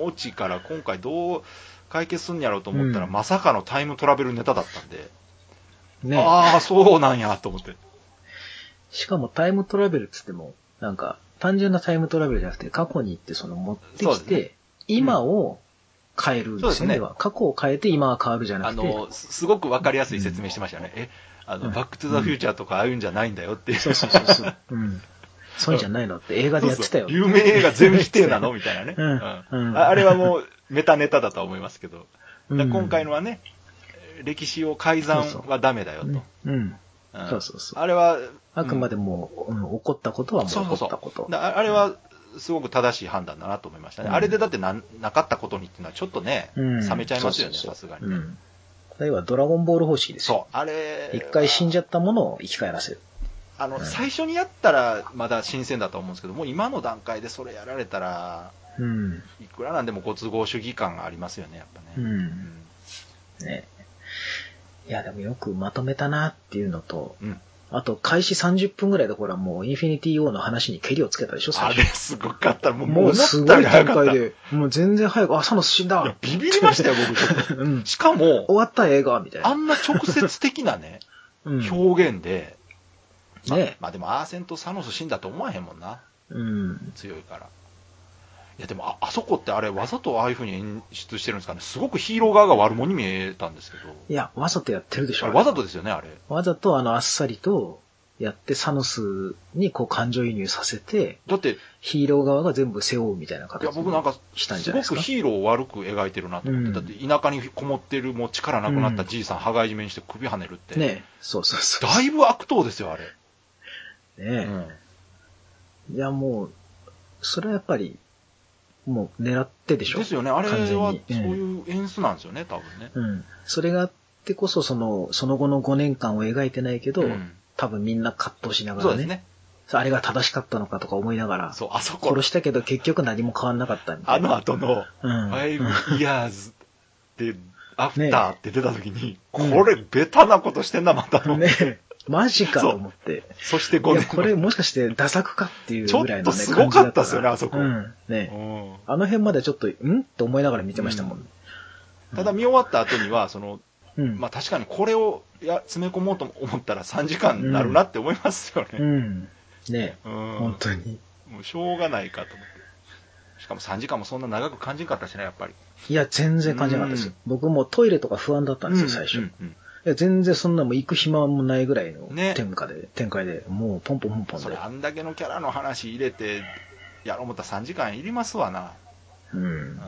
[SPEAKER 2] オチから今回どう解決すんやろうと思ったら、
[SPEAKER 1] うん
[SPEAKER 2] まさかのタイムトラベルネタだったんで、
[SPEAKER 1] ね
[SPEAKER 2] ああ、そうなんや、と思って。
[SPEAKER 1] しかもタイムトラベルって言っても、なんか、単純なタイムトラベルじゃなくて、過去に行ってその持って
[SPEAKER 2] そう
[SPEAKER 1] き
[SPEAKER 2] です
[SPEAKER 1] て、
[SPEAKER 2] ね
[SPEAKER 1] 今を変えるんですよね。
[SPEAKER 2] そうですね
[SPEAKER 1] 要は過去を変えて今は変わるじゃな
[SPEAKER 2] あ
[SPEAKER 1] くて、
[SPEAKER 2] の、すすごくわかりやすい説明してましたよね。え、あ
[SPEAKER 1] う
[SPEAKER 2] の、
[SPEAKER 1] ん
[SPEAKER 2] バック・トゥ・ザ・フューチャーとかああいうんじゃないんだよっていう。
[SPEAKER 1] そうそう そうそう。うん。そうじゃないのって映画でやってたよ。
[SPEAKER 2] そうそう有名映画全部否定なのみたいなね。
[SPEAKER 1] うんうん
[SPEAKER 2] ああれはもう、メタネタだとは思いますけど。
[SPEAKER 1] う
[SPEAKER 2] だ
[SPEAKER 1] ん
[SPEAKER 2] から今回のはね、歴史を改ざんはダメだよと。
[SPEAKER 1] うんうん。
[SPEAKER 2] うん
[SPEAKER 1] そうそうそう。
[SPEAKER 2] あれは、
[SPEAKER 1] あくま
[SPEAKER 2] で
[SPEAKER 1] でも、うん起こったことはもう起
[SPEAKER 2] そう
[SPEAKER 1] こ
[SPEAKER 2] そ
[SPEAKER 1] っ
[SPEAKER 2] うそ
[SPEAKER 1] たこと。
[SPEAKER 2] う。だああれは、すごく正しい判断だなと思いましたね。
[SPEAKER 1] うん
[SPEAKER 2] あれでだってななかったことにっていうのはちょっとね、
[SPEAKER 1] うん
[SPEAKER 2] 冷めちゃいますよね、
[SPEAKER 1] そう
[SPEAKER 2] さ
[SPEAKER 1] そ
[SPEAKER 2] す
[SPEAKER 1] う
[SPEAKER 2] が
[SPEAKER 1] そう
[SPEAKER 2] に。
[SPEAKER 1] うん。例えばドラゴンボール方式ですよ。
[SPEAKER 2] そう、あれ。
[SPEAKER 1] 一回死んじゃったものを生き返らせる。
[SPEAKER 2] あの、
[SPEAKER 1] うん
[SPEAKER 2] 最初にやったらまだ新鮮だと思うんですけど、もう今の段階でそれやられたら、
[SPEAKER 1] うん。
[SPEAKER 2] いくらなんでもご都合主義感がありますよね、やっぱね。
[SPEAKER 1] う。
[SPEAKER 2] うんん
[SPEAKER 1] ね。いや、でもよくまとめたなっていうのと、
[SPEAKER 2] うん
[SPEAKER 1] あと開始30分ぐらいでほらもうインフィニティ王の話にケリをつけたでしょ、
[SPEAKER 2] あ
[SPEAKER 1] 最
[SPEAKER 2] れ
[SPEAKER 1] 初。
[SPEAKER 2] すごかった。もう、
[SPEAKER 1] も
[SPEAKER 2] も
[SPEAKER 1] う
[SPEAKER 2] う
[SPEAKER 1] す
[SPEAKER 2] す
[SPEAKER 1] ご
[SPEAKER 2] ご
[SPEAKER 1] い
[SPEAKER 2] い
[SPEAKER 1] 展
[SPEAKER 2] 展
[SPEAKER 1] 開
[SPEAKER 2] 開で。
[SPEAKER 1] で、もう全然早く、あ、サノス死ん
[SPEAKER 2] いや
[SPEAKER 1] だ、
[SPEAKER 2] ビビりましたよ、僕ちょっと。
[SPEAKER 1] うん。
[SPEAKER 2] しかも、
[SPEAKER 1] 終わった映画みたい
[SPEAKER 2] あ
[SPEAKER 1] な。
[SPEAKER 2] んな直接的なね、
[SPEAKER 1] うん、
[SPEAKER 2] 表現で、ま
[SPEAKER 1] ね
[SPEAKER 2] まあでもアーセンとサノス死んだと思わへんもんな。
[SPEAKER 1] うん。
[SPEAKER 2] 強いから。いやでもあ、あそこってあれわざとああいう風に演出してるんですかね。すごくヒーロー側が悪者に見えたんですけど。
[SPEAKER 1] いや、わざとやってるでし
[SPEAKER 2] あ
[SPEAKER 1] ょ。
[SPEAKER 2] れわざとですよね、あれ。
[SPEAKER 1] わざとあの、あっさりと、やって、サノスにこう感情移入させて、
[SPEAKER 2] だって、い
[SPEAKER 1] ヒーロー側が全部背負うみたいな形
[SPEAKER 2] や僕なんか、
[SPEAKER 1] したんじ
[SPEAKER 2] す
[SPEAKER 1] ゃない
[SPEAKER 2] ご
[SPEAKER 1] です
[SPEAKER 2] く
[SPEAKER 1] か。
[SPEAKER 2] ヒーローを悪く描いてるなと思って、
[SPEAKER 1] うん
[SPEAKER 2] だって田舎にこもってる、もう力なくなったじいさん、羽交い締めにして首跳ねるって、
[SPEAKER 1] ねそうそうそう。
[SPEAKER 2] だいぶ悪党ですよ、あれ。
[SPEAKER 1] ねいや、もう、それはやっぱり、もう狙ってでしょ。
[SPEAKER 2] ですよね、あれ
[SPEAKER 1] 完全
[SPEAKER 2] は
[SPEAKER 1] に
[SPEAKER 2] そういう演出なんですよね、多分ね。
[SPEAKER 1] うん。それがあってこそ、その、その後の5年間を描いてないけど、
[SPEAKER 2] うん
[SPEAKER 1] 多分みんな葛藤しなが
[SPEAKER 2] そ
[SPEAKER 1] ら
[SPEAKER 2] うで
[SPEAKER 1] ね
[SPEAKER 2] すね。
[SPEAKER 1] あれが正しかったのかとか思いながら、
[SPEAKER 2] そう、あそこ
[SPEAKER 1] 殺、したけど結局何も変わんなかったみた
[SPEAKER 2] あ
[SPEAKER 1] いな。
[SPEAKER 2] の後の、
[SPEAKER 1] うん。
[SPEAKER 2] 5 years で、アフターって出た時に、
[SPEAKER 1] うん
[SPEAKER 2] これ、ベタなことしてんな、また。
[SPEAKER 1] うんねマジかと思って。
[SPEAKER 2] そして
[SPEAKER 1] い
[SPEAKER 2] 5
[SPEAKER 1] や、
[SPEAKER 2] 年
[SPEAKER 1] これもしかして、ダ作かっていうぐらいのね、
[SPEAKER 2] ちょっとすごかったっすよね
[SPEAKER 1] 感
[SPEAKER 2] あ
[SPEAKER 1] じだ
[SPEAKER 2] そ
[SPEAKER 1] た
[SPEAKER 2] こ
[SPEAKER 1] らうん。ね。
[SPEAKER 2] うん
[SPEAKER 1] あの辺までちょっと、んって思いながら見てましたもん。
[SPEAKER 2] ただ見終わった後には、その、
[SPEAKER 1] うん。
[SPEAKER 2] まあ確かにこれをや詰め込もうと思ったら3時間になるなって思いますよ
[SPEAKER 1] う
[SPEAKER 2] ね。
[SPEAKER 1] ん。ね
[SPEAKER 2] うん。
[SPEAKER 1] 本当に。
[SPEAKER 2] もうしょうがないかと思って。しかも3時間もそんな長く感じんかったしね、やっぱり。
[SPEAKER 1] いや、全然感じなかったですよ。僕もトイレとか不安だったんですよ、最初。
[SPEAKER 2] うん
[SPEAKER 1] い
[SPEAKER 2] うん
[SPEAKER 1] や、全然そんなもう行く暇もないぐらいの
[SPEAKER 2] ね
[SPEAKER 1] 展開で、展開で、もうポンポンポンポン
[SPEAKER 2] そ
[SPEAKER 1] で
[SPEAKER 2] れ。あんだけのキャラの話入れて、やろう思ったら3時間いりますわな。
[SPEAKER 1] う
[SPEAKER 2] うん
[SPEAKER 1] ん。
[SPEAKER 2] う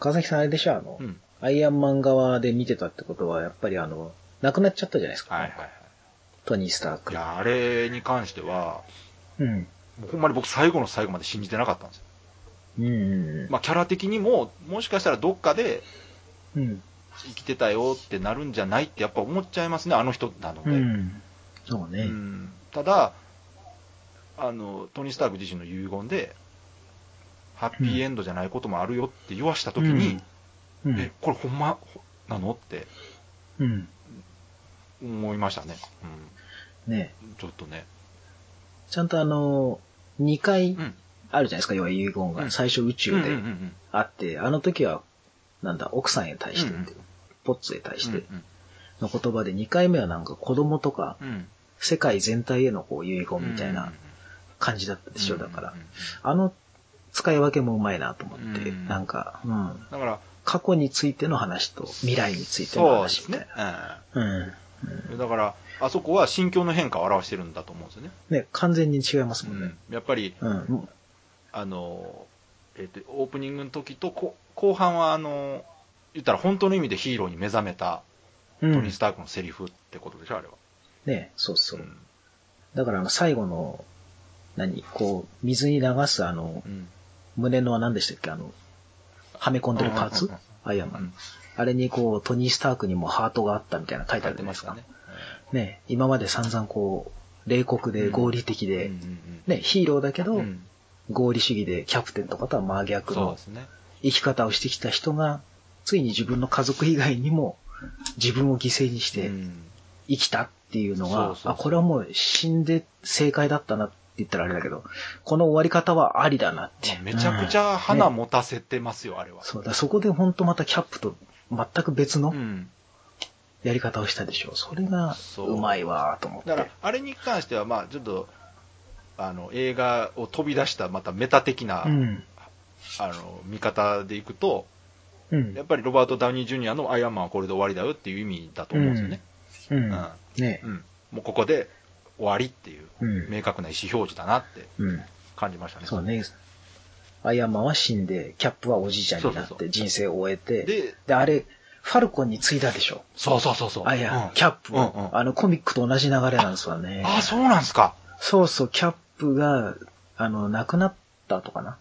[SPEAKER 1] 川崎さんあれでしょ、あの、
[SPEAKER 2] ん。
[SPEAKER 1] アイアンマン側で見てたってことは、やっぱりあの、亡くなっちゃったじゃないですか。
[SPEAKER 2] はいはいは
[SPEAKER 1] トニー・スターク
[SPEAKER 2] い。い。や、あれに関しては、
[SPEAKER 1] うん。
[SPEAKER 2] もうほんまに僕最後の最後まで信じてなかったんですよ。
[SPEAKER 1] うんうん
[SPEAKER 2] まあキャラ的にも、もしかしたらどっかで
[SPEAKER 1] うん。うん。
[SPEAKER 2] 生きてたよってなるんじゃないってやっぱ思っちゃいますね、あの人なので。
[SPEAKER 1] うん。そう
[SPEAKER 2] う
[SPEAKER 1] ね。
[SPEAKER 2] んただあの、トニー・スターク自身の遺言で、ハッピーエンドじゃないこともあるよって言わしたときに、
[SPEAKER 1] うん。
[SPEAKER 2] え、これ、ほんまほなのって
[SPEAKER 1] うん。
[SPEAKER 2] 思いましたね、
[SPEAKER 1] ね
[SPEAKER 2] うん、ちょっとね。
[SPEAKER 1] ちゃんとあの、2回
[SPEAKER 2] うん
[SPEAKER 1] あるじゃないですか、要は遺言
[SPEAKER 2] う
[SPEAKER 1] が。
[SPEAKER 2] ん
[SPEAKER 1] 最初宇宙であって、あの時は、なんだ、奥さんへ対してっていう、ポッツへ対しての言葉で、2回目はなんか子供とか、世界全体へのこう遺言みたいな感じだったでしょ、だから。あの使い分けもうまいなと思って、
[SPEAKER 2] うん
[SPEAKER 1] なんか、うん。
[SPEAKER 2] だから、
[SPEAKER 1] 過去についての話と未来についての
[SPEAKER 2] そうです
[SPEAKER 1] 話みた
[SPEAKER 2] ね
[SPEAKER 1] い。な。うん。
[SPEAKER 2] うんだから、あそこは心境の変化を表してるんだと思うんですよね。
[SPEAKER 1] ね、完全に違いますもん
[SPEAKER 2] う
[SPEAKER 1] ね
[SPEAKER 2] ん。やっぱり、
[SPEAKER 1] うん。も
[SPEAKER 2] あの、えっと、オープニングの時とこ後半は、あの、言ったら本当の意味でヒーローに目覚めた
[SPEAKER 1] う
[SPEAKER 2] ト
[SPEAKER 1] う
[SPEAKER 2] ニー・
[SPEAKER 1] ん
[SPEAKER 2] ス。タークのセリフってことでしょ、あれは。
[SPEAKER 1] ね、そうそう
[SPEAKER 2] う。
[SPEAKER 1] だからあの、最後の、何こう、水に流すあの、
[SPEAKER 2] ん
[SPEAKER 1] 胸の何でしたっけあの、はめ込んでるパー
[SPEAKER 2] うん
[SPEAKER 1] ツ
[SPEAKER 2] うんうん
[SPEAKER 1] アイアン
[SPEAKER 2] う
[SPEAKER 1] マン。
[SPEAKER 2] ん
[SPEAKER 1] あれにこう、トニー・スタークにもハートがあったみたいなの書いて
[SPEAKER 2] 書
[SPEAKER 1] あ
[SPEAKER 2] い
[SPEAKER 1] るじ
[SPEAKER 2] て
[SPEAKER 1] ゃない
[SPEAKER 2] ま
[SPEAKER 1] ですす
[SPEAKER 2] か
[SPEAKER 1] か。
[SPEAKER 2] ね。
[SPEAKER 1] ね、今まで散々こう、冷酷で合理的
[SPEAKER 2] うんう
[SPEAKER 1] で、
[SPEAKER 2] ん
[SPEAKER 1] ね、ヒーローだけ
[SPEAKER 2] うん
[SPEAKER 1] ど
[SPEAKER 2] う、ん
[SPEAKER 1] 合理主義でキャプテンとかとは真逆
[SPEAKER 2] そうで
[SPEAKER 1] の
[SPEAKER 2] すね。
[SPEAKER 1] 生き方をしてきた人が、ついに自分の家族以外にも自分を犠牲にして
[SPEAKER 2] うん
[SPEAKER 1] 生きたっていうの
[SPEAKER 2] そう
[SPEAKER 1] が
[SPEAKER 2] そう、そう
[SPEAKER 1] あ、これはもう死んで正解だったなって言ったらあれだけど、この終わり方はありだなって。
[SPEAKER 2] めちゃくち
[SPEAKER 1] うん
[SPEAKER 2] ゃ花持たせてますよ、あれは。
[SPEAKER 1] そうだ、そこで本当またキャップと全く別の
[SPEAKER 2] うん
[SPEAKER 1] やり方をしたでしょ。それが
[SPEAKER 2] そう
[SPEAKER 1] うまいわーと思って。
[SPEAKER 2] だから、あれに関しては、まあ、ちょっと、あの、映画を飛び出した、またメタ的な、
[SPEAKER 1] うん。
[SPEAKER 2] あの、見方でいくと、
[SPEAKER 1] うん
[SPEAKER 2] やっ。ぱりロバート・ダウニー・ジュニアのアイアンマンはこれで終わりだよっていう意味だと思うんですよね。
[SPEAKER 1] う
[SPEAKER 2] うんん。。
[SPEAKER 1] ね
[SPEAKER 2] うんもうここで終わりっていう、
[SPEAKER 1] うん
[SPEAKER 2] 明確な意思表示だなって
[SPEAKER 1] うん。
[SPEAKER 2] 感じましたね。
[SPEAKER 1] そうね。アイアンマンは死んで、キャップはおじいちゃんにな
[SPEAKER 2] そう
[SPEAKER 1] っ
[SPEAKER 2] そうそ
[SPEAKER 1] て、人生を終えて、
[SPEAKER 2] で、
[SPEAKER 1] で、あれ、ファルコンに継いだでしょ。
[SPEAKER 2] そうそうそうそう。
[SPEAKER 1] アイア
[SPEAKER 2] うん
[SPEAKER 1] ン、キャップ
[SPEAKER 2] うんうん
[SPEAKER 1] を。あの、コミックと同じ流れなんですわね。
[SPEAKER 2] あ、そうなんですか。
[SPEAKER 1] そうそう、キャップが、あの、亡くなった後かな。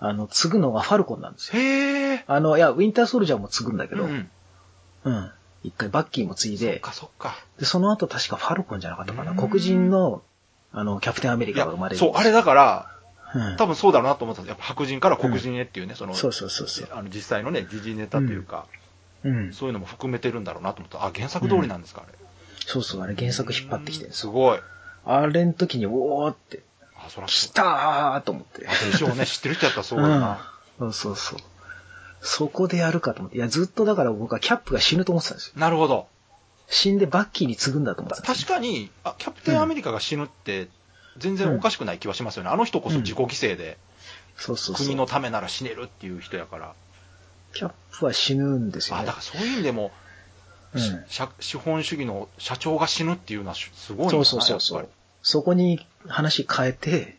[SPEAKER 1] あの、継ぐのがファルコンなんですよ。
[SPEAKER 2] へえ。
[SPEAKER 1] あの、いや、ウィンターソルジャーも継ぐんだけど、
[SPEAKER 2] う
[SPEAKER 1] うん。
[SPEAKER 2] ん
[SPEAKER 1] 一回バッキーも継い
[SPEAKER 2] そっ
[SPEAKER 1] で
[SPEAKER 2] かそっか。
[SPEAKER 1] で、その後確かファルコンじゃなかったか
[SPEAKER 2] う
[SPEAKER 1] な。
[SPEAKER 2] ん
[SPEAKER 1] 黒人の、あの、キャプテンアメリ
[SPEAKER 2] い
[SPEAKER 1] カ
[SPEAKER 2] や
[SPEAKER 1] が生まれる。
[SPEAKER 2] そう、あれだから、
[SPEAKER 1] うん
[SPEAKER 2] 多分そうだろうなと思ったんですやっぱ白人から黒人へっていうね、その、
[SPEAKER 1] そうそうそうそう。
[SPEAKER 2] あの実際のね、時事ネタというか、
[SPEAKER 1] うん。
[SPEAKER 2] そういうのも含めてるんだろうなと思ったあ、原作通りなんですか、あれ。
[SPEAKER 1] そうそう、あれ原作引っ張ってきてるんです
[SPEAKER 2] すごい。
[SPEAKER 1] あれの時に、おーって、
[SPEAKER 2] あ、そら
[SPEAKER 1] 来
[SPEAKER 2] そう。
[SPEAKER 1] たーと思って。
[SPEAKER 2] でしょうね、知ってる人やったらそうだな。
[SPEAKER 1] うん。そうそうそう。そこでやるかと思って。いや、ずっとだから僕はキャップが死ぬと思ってたんですよ。
[SPEAKER 2] なるほど。
[SPEAKER 1] 死んでバッキーに継ぐんだと思ったてたんです
[SPEAKER 2] 確かにあ、キャプテンアメリカが死ぬって、全然おかしくない気はしますよね。あの人こそ自己犠牲で、
[SPEAKER 1] そうそうそう。
[SPEAKER 2] 国のためなら死ねるっていう人やから。
[SPEAKER 1] キャップは死ぬんですよ
[SPEAKER 2] あ、
[SPEAKER 1] ね。
[SPEAKER 2] だからそういう意味でも、し
[SPEAKER 1] うん
[SPEAKER 2] 社資本主義の社長が死ぬっていうのはしすごいんだ
[SPEAKER 1] そ
[SPEAKER 2] な
[SPEAKER 1] うそうそうそ
[SPEAKER 2] やっ
[SPEAKER 1] う
[SPEAKER 2] ぱ。
[SPEAKER 1] そこに話変えて、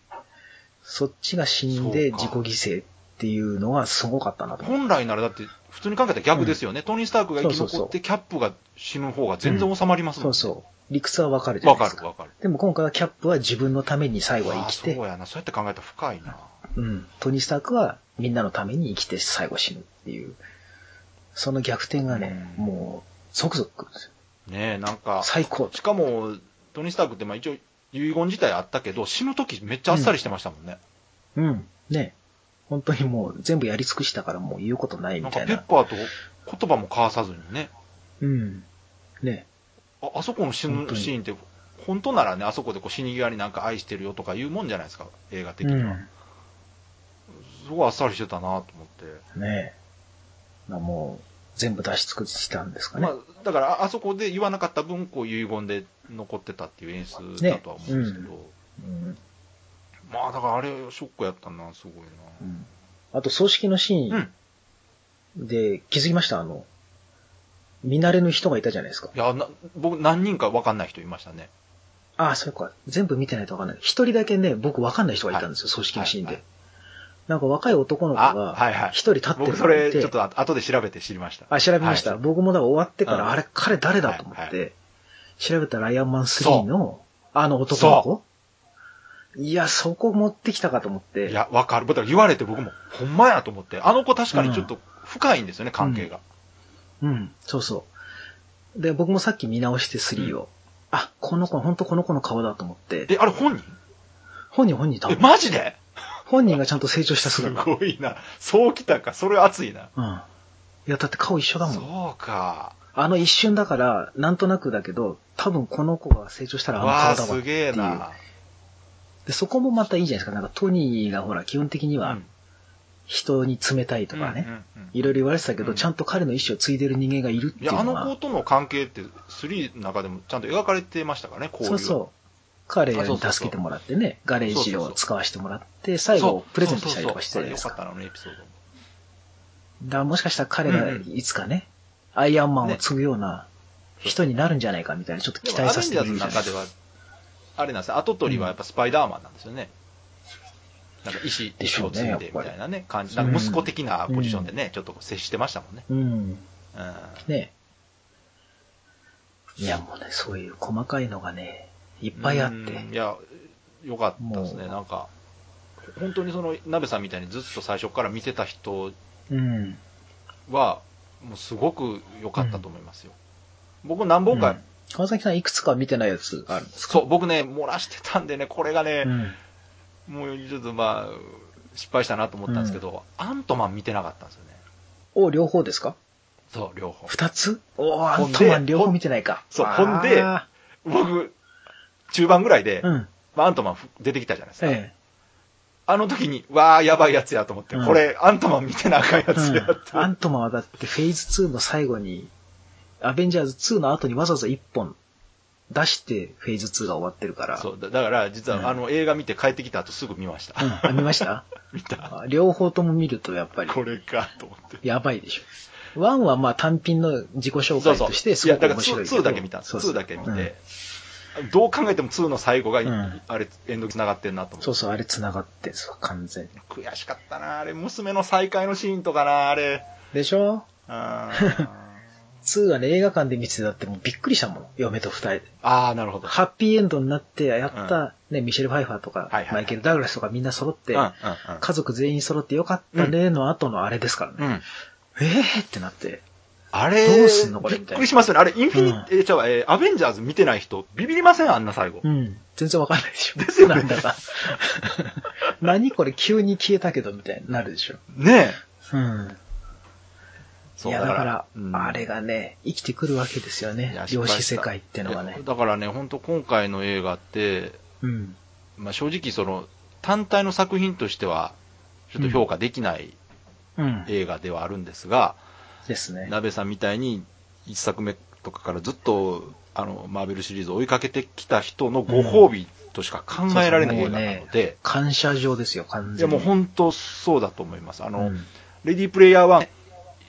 [SPEAKER 1] そっちが死んで
[SPEAKER 2] そう
[SPEAKER 1] 自己
[SPEAKER 2] か
[SPEAKER 1] 犠牲っていうのはすごかったなと
[SPEAKER 2] り
[SPEAKER 1] 思って。
[SPEAKER 2] 本来ならだって、普通に考えたら逆ですよね。トニー・スタークが生き
[SPEAKER 1] そうそ
[SPEAKER 2] 残っ
[SPEAKER 1] うそ
[SPEAKER 2] て、キャップが死ぬ方が全然収まりますもん
[SPEAKER 1] そう
[SPEAKER 2] ね。
[SPEAKER 1] そう。理屈はわかるじゃ
[SPEAKER 2] わ
[SPEAKER 1] ないで
[SPEAKER 2] か
[SPEAKER 1] す
[SPEAKER 2] る
[SPEAKER 1] か。
[SPEAKER 2] わかる。
[SPEAKER 1] でも今回はキャップは自分のために最後は
[SPEAKER 2] あ
[SPEAKER 1] 生
[SPEAKER 2] あ
[SPEAKER 1] きて
[SPEAKER 2] そ、うやな。そうやって考えたら深いな。
[SPEAKER 1] うん。トニー・スタークはみんなのために生きて最後死ぬっていう。その逆転がね、
[SPEAKER 2] うん
[SPEAKER 1] もう、即々来るんですよ。
[SPEAKER 2] ねえ、なんか、
[SPEAKER 1] 最高。
[SPEAKER 2] しかも、トニー・スタークってまあ一応遺言自体あったけど、死ぬ時めっちゃあっさりしてましたもんね。
[SPEAKER 1] うん。ね。本当にもう全部やり尽くしたからもう言うことない
[SPEAKER 2] な
[SPEAKER 1] み
[SPEAKER 2] んか
[SPEAKER 1] たい
[SPEAKER 2] ペッ
[SPEAKER 1] な。
[SPEAKER 2] パーと言葉も交わさずにね。
[SPEAKER 1] うん。ね。
[SPEAKER 2] ああそこの死
[SPEAKER 1] 本当
[SPEAKER 2] ぬ
[SPEAKER 1] に
[SPEAKER 2] シーンって、本当ならね、あそこでこう死に際になんか愛してるよとか言うもんじゃないですか、映画的
[SPEAKER 1] う
[SPEAKER 2] には。
[SPEAKER 1] ん。
[SPEAKER 2] すごいあっさりしてたなと思って。
[SPEAKER 1] ねえ。なもう、全部出し尽くしたんですかね。
[SPEAKER 2] まあ、だからああそこで言わなかった分、こう遺言で残ってたっていう演出だとは思うんですけど。
[SPEAKER 1] うん
[SPEAKER 2] まあだからあれショックやったな、すごい
[SPEAKER 1] うんあと、葬式のシ
[SPEAKER 2] な。う
[SPEAKER 1] ー
[SPEAKER 2] ん。
[SPEAKER 1] ンで気づきました、あの、見慣れぬ人がいたじゃないですか
[SPEAKER 2] い。や、な僕何人か分かんない人いましたね。
[SPEAKER 1] ああ、そうか。全部見てないとわかんない。一人だけね、僕わかんない人がいたんですよ、葬式のシーン
[SPEAKER 2] はいは
[SPEAKER 1] で。なんか若い男の子
[SPEAKER 2] あ、
[SPEAKER 1] が、
[SPEAKER 2] はいはい。
[SPEAKER 1] 一人立ってる
[SPEAKER 2] 僕
[SPEAKER 1] の
[SPEAKER 2] そ
[SPEAKER 1] を見
[SPEAKER 2] れ、
[SPEAKER 1] て
[SPEAKER 2] ちょっと後で調べて知りました。
[SPEAKER 1] あ、調べました。
[SPEAKER 2] はい
[SPEAKER 1] 僕もだから終わってから、
[SPEAKER 2] うん
[SPEAKER 1] あれ、彼誰だと思って、
[SPEAKER 2] はいは
[SPEAKER 1] 調べたらアイアンマン3
[SPEAKER 2] そう
[SPEAKER 1] の、あの男の子いや、そこ持ってきたかと思って。
[SPEAKER 2] いや、わかる。だから言われて僕も、ほんまやと思って、あの子確かにちょっと深いんですよね、関係が。
[SPEAKER 1] うん、そうそう。で、僕もさっき見直して3を。あ、この子、本当この子の顔だと思って。
[SPEAKER 2] え、あれ本人
[SPEAKER 1] 本人本人多
[SPEAKER 2] え、
[SPEAKER 1] 分。
[SPEAKER 2] マジで
[SPEAKER 1] 本人がちゃんと成長した
[SPEAKER 2] す
[SPEAKER 1] 姿。
[SPEAKER 2] ごいな。そうきたか、それ熱いな。
[SPEAKER 1] うん。いや、だって顔一緒だもん。
[SPEAKER 2] そうか。
[SPEAKER 1] あの一瞬だから、なんとなくだけど、多分この子が成長したらあの
[SPEAKER 2] わ
[SPEAKER 1] 顔
[SPEAKER 2] あ、
[SPEAKER 1] だわ
[SPEAKER 2] す
[SPEAKER 1] ってい
[SPEAKER 2] げえ
[SPEAKER 1] う。だか
[SPEAKER 2] な。
[SPEAKER 1] で、そこもまたいいじゃないですか。なんかトニーがほら、基本的には人に冷たいとかね、
[SPEAKER 2] うんうんうん
[SPEAKER 1] いろいろ言われてたけど、
[SPEAKER 2] うん
[SPEAKER 1] ちゃんと彼の意思を継いでる人間がいるって
[SPEAKER 2] い
[SPEAKER 1] いう
[SPEAKER 2] や、あ
[SPEAKER 1] の
[SPEAKER 2] の
[SPEAKER 1] は、
[SPEAKER 2] 子との関係って、3の中でもちゃんと描かれてましたからね、こういう。
[SPEAKER 1] そうそう。彼
[SPEAKER 2] あそう
[SPEAKER 1] に
[SPEAKER 2] そうそう
[SPEAKER 1] 助けてもらってね、ガレージを使わせてもらって、最
[SPEAKER 2] そ
[SPEAKER 1] 後
[SPEAKER 2] う
[SPEAKER 1] プレゼントしたりとかしてたじゃないです
[SPEAKER 2] そうそう
[SPEAKER 1] か。
[SPEAKER 2] そうあれよかったな、あのエピソードも。
[SPEAKER 1] だからもしかしたら彼が
[SPEAKER 2] うんうん
[SPEAKER 1] いつかね、アイアンマンを継ぐような人になるんじゃないかみたいな、ちょっと
[SPEAKER 2] で
[SPEAKER 1] 期
[SPEAKER 2] も、
[SPEAKER 1] 待
[SPEAKER 2] ア
[SPEAKER 1] さ
[SPEAKER 2] ベ
[SPEAKER 1] せ
[SPEAKER 2] ン
[SPEAKER 1] て
[SPEAKER 2] ジャ
[SPEAKER 1] も
[SPEAKER 2] ー
[SPEAKER 1] いい
[SPEAKER 2] ズの
[SPEAKER 1] じゃないで
[SPEAKER 2] 中です
[SPEAKER 1] か。
[SPEAKER 2] は、あれなんですよ、後取りはやっぱスパイダーマンなんですよね。なんか石、
[SPEAKER 1] でし
[SPEAKER 2] 石
[SPEAKER 1] ょう
[SPEAKER 2] を
[SPEAKER 1] ね
[SPEAKER 2] 継いでみたいなね、感じ。なんか息子的なポジションでね、ちょっとこう接してましたもんね。
[SPEAKER 1] うん。
[SPEAKER 2] うん。
[SPEAKER 1] ねいや、もうね、そういう細かいのがね、いっぱいあっ
[SPEAKER 2] うんい
[SPEAKER 1] て。
[SPEAKER 2] や、よかったですね、
[SPEAKER 1] もう
[SPEAKER 2] なんか。本当にその、鍋さんみたいにずっと最初から見てた人
[SPEAKER 1] うん。
[SPEAKER 2] は、もうすごく良かったと思いますよ。僕何本か、
[SPEAKER 1] うん川崎さんいくつか見てないやつあるんですか
[SPEAKER 2] そう、僕ね、漏らしてたんでね、これがね、
[SPEAKER 1] ん。
[SPEAKER 2] もうちょっとまあ、失敗したなと思ったんですけど、アントマン見てなかったんですよね。
[SPEAKER 1] お、両方ですか
[SPEAKER 2] そう、両方。
[SPEAKER 1] 二つおー、ア
[SPEAKER 2] ほん
[SPEAKER 1] ン
[SPEAKER 2] で
[SPEAKER 1] トマン両方見てないか。
[SPEAKER 2] そう
[SPEAKER 1] あー
[SPEAKER 2] ほんで僕、中盤ぐらいで、
[SPEAKER 1] うん。
[SPEAKER 2] まあアントマン出てきたじゃないですか。
[SPEAKER 1] え
[SPEAKER 2] あの時に、わあ、やばいやつやと思って、
[SPEAKER 1] うん
[SPEAKER 2] これ、アントマン見てなあかんや
[SPEAKER 1] え。
[SPEAKER 2] つやって。
[SPEAKER 1] うんアントマンはだってフェーズ2の最後に、アベンジャーズ2の後にわざわざ一本出してフェーズ2が終わってるから。。
[SPEAKER 2] そうう、だだから、実
[SPEAKER 1] うん
[SPEAKER 2] はあの映画見て帰ってきた後すぐ見ました。
[SPEAKER 1] ん。あ見ました
[SPEAKER 2] 見た。
[SPEAKER 1] あ両方とも見るとやっぱり、
[SPEAKER 2] これか、と思って。
[SPEAKER 1] やばいでしょ。1はまあ単品の自己紹
[SPEAKER 2] そう
[SPEAKER 1] 介
[SPEAKER 2] そう。
[SPEAKER 1] としてすご
[SPEAKER 2] いや、
[SPEAKER 1] く
[SPEAKER 2] だから
[SPEAKER 1] 面白いけど。
[SPEAKER 2] 2だけ見たんです。
[SPEAKER 1] そうそう
[SPEAKER 2] 2だけ見
[SPEAKER 1] うん
[SPEAKER 2] て。どう考えても2の最後が、
[SPEAKER 1] ん
[SPEAKER 2] あれ、エンドに繋がってんなと思って
[SPEAKER 1] そうそう、あれ繋がってんすよ、完全に。
[SPEAKER 2] 悔しかったな、あれ、娘の再会のシーンとかな、あれ。
[SPEAKER 1] でしょ
[SPEAKER 2] あ
[SPEAKER 1] ?2 はね、映画館で見てたってもうびっくりしたもん。嫁と二人で。
[SPEAKER 2] あー、なるほど。
[SPEAKER 1] ハッピーエンドになって、やった、ね、ミシェル・ファイファーとか、
[SPEAKER 2] はいはい
[SPEAKER 1] マイケル・ダグラスとかみんな揃って、
[SPEAKER 2] うんうんうん
[SPEAKER 1] 家族全員揃ってよかったねの後のあれですからね。
[SPEAKER 2] うん。
[SPEAKER 1] えーってなって。
[SPEAKER 2] あれ、
[SPEAKER 1] どうすんのこれ
[SPEAKER 2] びっくりしますよね。あれ、インフィニ
[SPEAKER 1] うん
[SPEAKER 2] ティ、えー、ちゃうわえーアベンジャーズ見てない人、ビビりませんあんな最後
[SPEAKER 1] う。ん。全然わかんないでしょ。
[SPEAKER 2] ですよね
[SPEAKER 1] なんだか。 何これ急に消えたけどみたいになるでしょ。
[SPEAKER 2] ねえ。
[SPEAKER 1] うん。い
[SPEAKER 2] そう
[SPEAKER 1] や、だから、
[SPEAKER 2] うん
[SPEAKER 1] あれがね、生きてくるわけですよ
[SPEAKER 2] い
[SPEAKER 1] ね
[SPEAKER 2] や。失
[SPEAKER 1] 量
[SPEAKER 2] 敗
[SPEAKER 1] 子
[SPEAKER 2] した
[SPEAKER 1] 世界ってのはね
[SPEAKER 2] いや。だからね、本当今回の映画って、
[SPEAKER 1] うん。
[SPEAKER 2] まあ、正直その、単体の作品としては、ちょっと評価できない
[SPEAKER 1] うん。
[SPEAKER 2] 映画ではあるんですが、
[SPEAKER 1] ですね。
[SPEAKER 2] 鍋さんみたいに一作目とかからずっとあのマーベルシリーズを追いかけてきた人のご褒美としか考えられない映画な
[SPEAKER 1] そう
[SPEAKER 2] の
[SPEAKER 1] そうもう
[SPEAKER 2] で
[SPEAKER 1] ね、感謝状ですよ、完全に。
[SPEAKER 2] いやもう本当そうだと思います。あの、
[SPEAKER 1] うん
[SPEAKER 2] レディープレイヤーは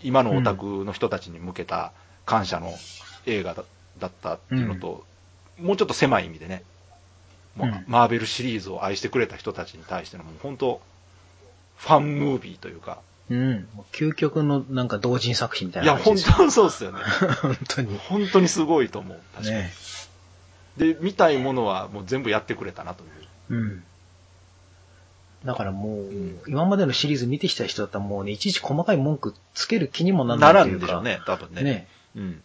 [SPEAKER 2] 今のオタクの人たちに向けた感謝の映画だだったっていうのと、もうちょっと狭い意味でね、もう
[SPEAKER 1] うん
[SPEAKER 2] マーベルシリーズを愛してくれた人たちに対してのもう本当ファンムービーというか、
[SPEAKER 1] うん。もう究極のなんか同人作品みたい
[SPEAKER 2] い
[SPEAKER 1] な
[SPEAKER 2] や
[SPEAKER 1] 感じ
[SPEAKER 2] 本
[SPEAKER 1] ですよ。
[SPEAKER 2] 当そうで すよね。
[SPEAKER 1] 本当に。
[SPEAKER 2] 本当にすごいと思う。確かに。
[SPEAKER 1] ね。
[SPEAKER 2] で、見たいものはもう全部やってくれたなという。
[SPEAKER 1] うん。だからもう、
[SPEAKER 2] ん
[SPEAKER 1] 今までのシリーズ見てきた人だったらもうね、いちいち細かい文句つける気にもな
[SPEAKER 2] な
[SPEAKER 1] らな
[SPEAKER 2] ら
[SPEAKER 1] いとい
[SPEAKER 2] ん
[SPEAKER 1] う
[SPEAKER 2] で
[SPEAKER 1] か。
[SPEAKER 2] しょうね、多分ね。
[SPEAKER 1] ね
[SPEAKER 2] うん。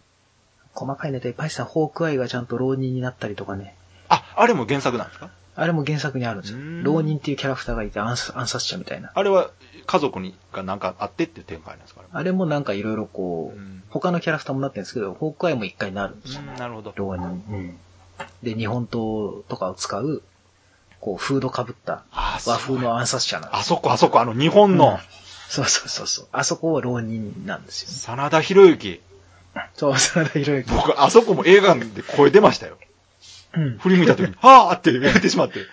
[SPEAKER 1] 細かいネタいっぱいしたホークアイがちゃんと浪人になったりとかね。
[SPEAKER 2] あ、あれも原作なんですか
[SPEAKER 1] あれも原作にあるんですよ
[SPEAKER 2] う。ん
[SPEAKER 1] 浪人っていうキャラクターがいて暗殺暗殺者みたいな。
[SPEAKER 2] あれは家族にがなんかあってっていう展開なんですかあれも
[SPEAKER 1] あれもなんかいろいろこう、
[SPEAKER 2] うん
[SPEAKER 1] 他のキャラクターもなってるんですけど、ホークアイも一回なるんですよ。
[SPEAKER 2] うんなるほど。
[SPEAKER 1] 浪人。うん。で、日本刀とかを使う、こう、フード被った
[SPEAKER 2] あ、そう
[SPEAKER 1] 和風の暗殺者なんです
[SPEAKER 2] あそこ、あそこ、あの、日本
[SPEAKER 1] うん
[SPEAKER 2] の、
[SPEAKER 1] そうそうそうそう。あそこは浪人なんですよね。
[SPEAKER 2] 真田広之。
[SPEAKER 1] そう、真田広之。
[SPEAKER 2] 僕、あそこも映画館で声出ましたよ。
[SPEAKER 1] うん。
[SPEAKER 2] 振り向いた 時に、はぁーって言ってしまって。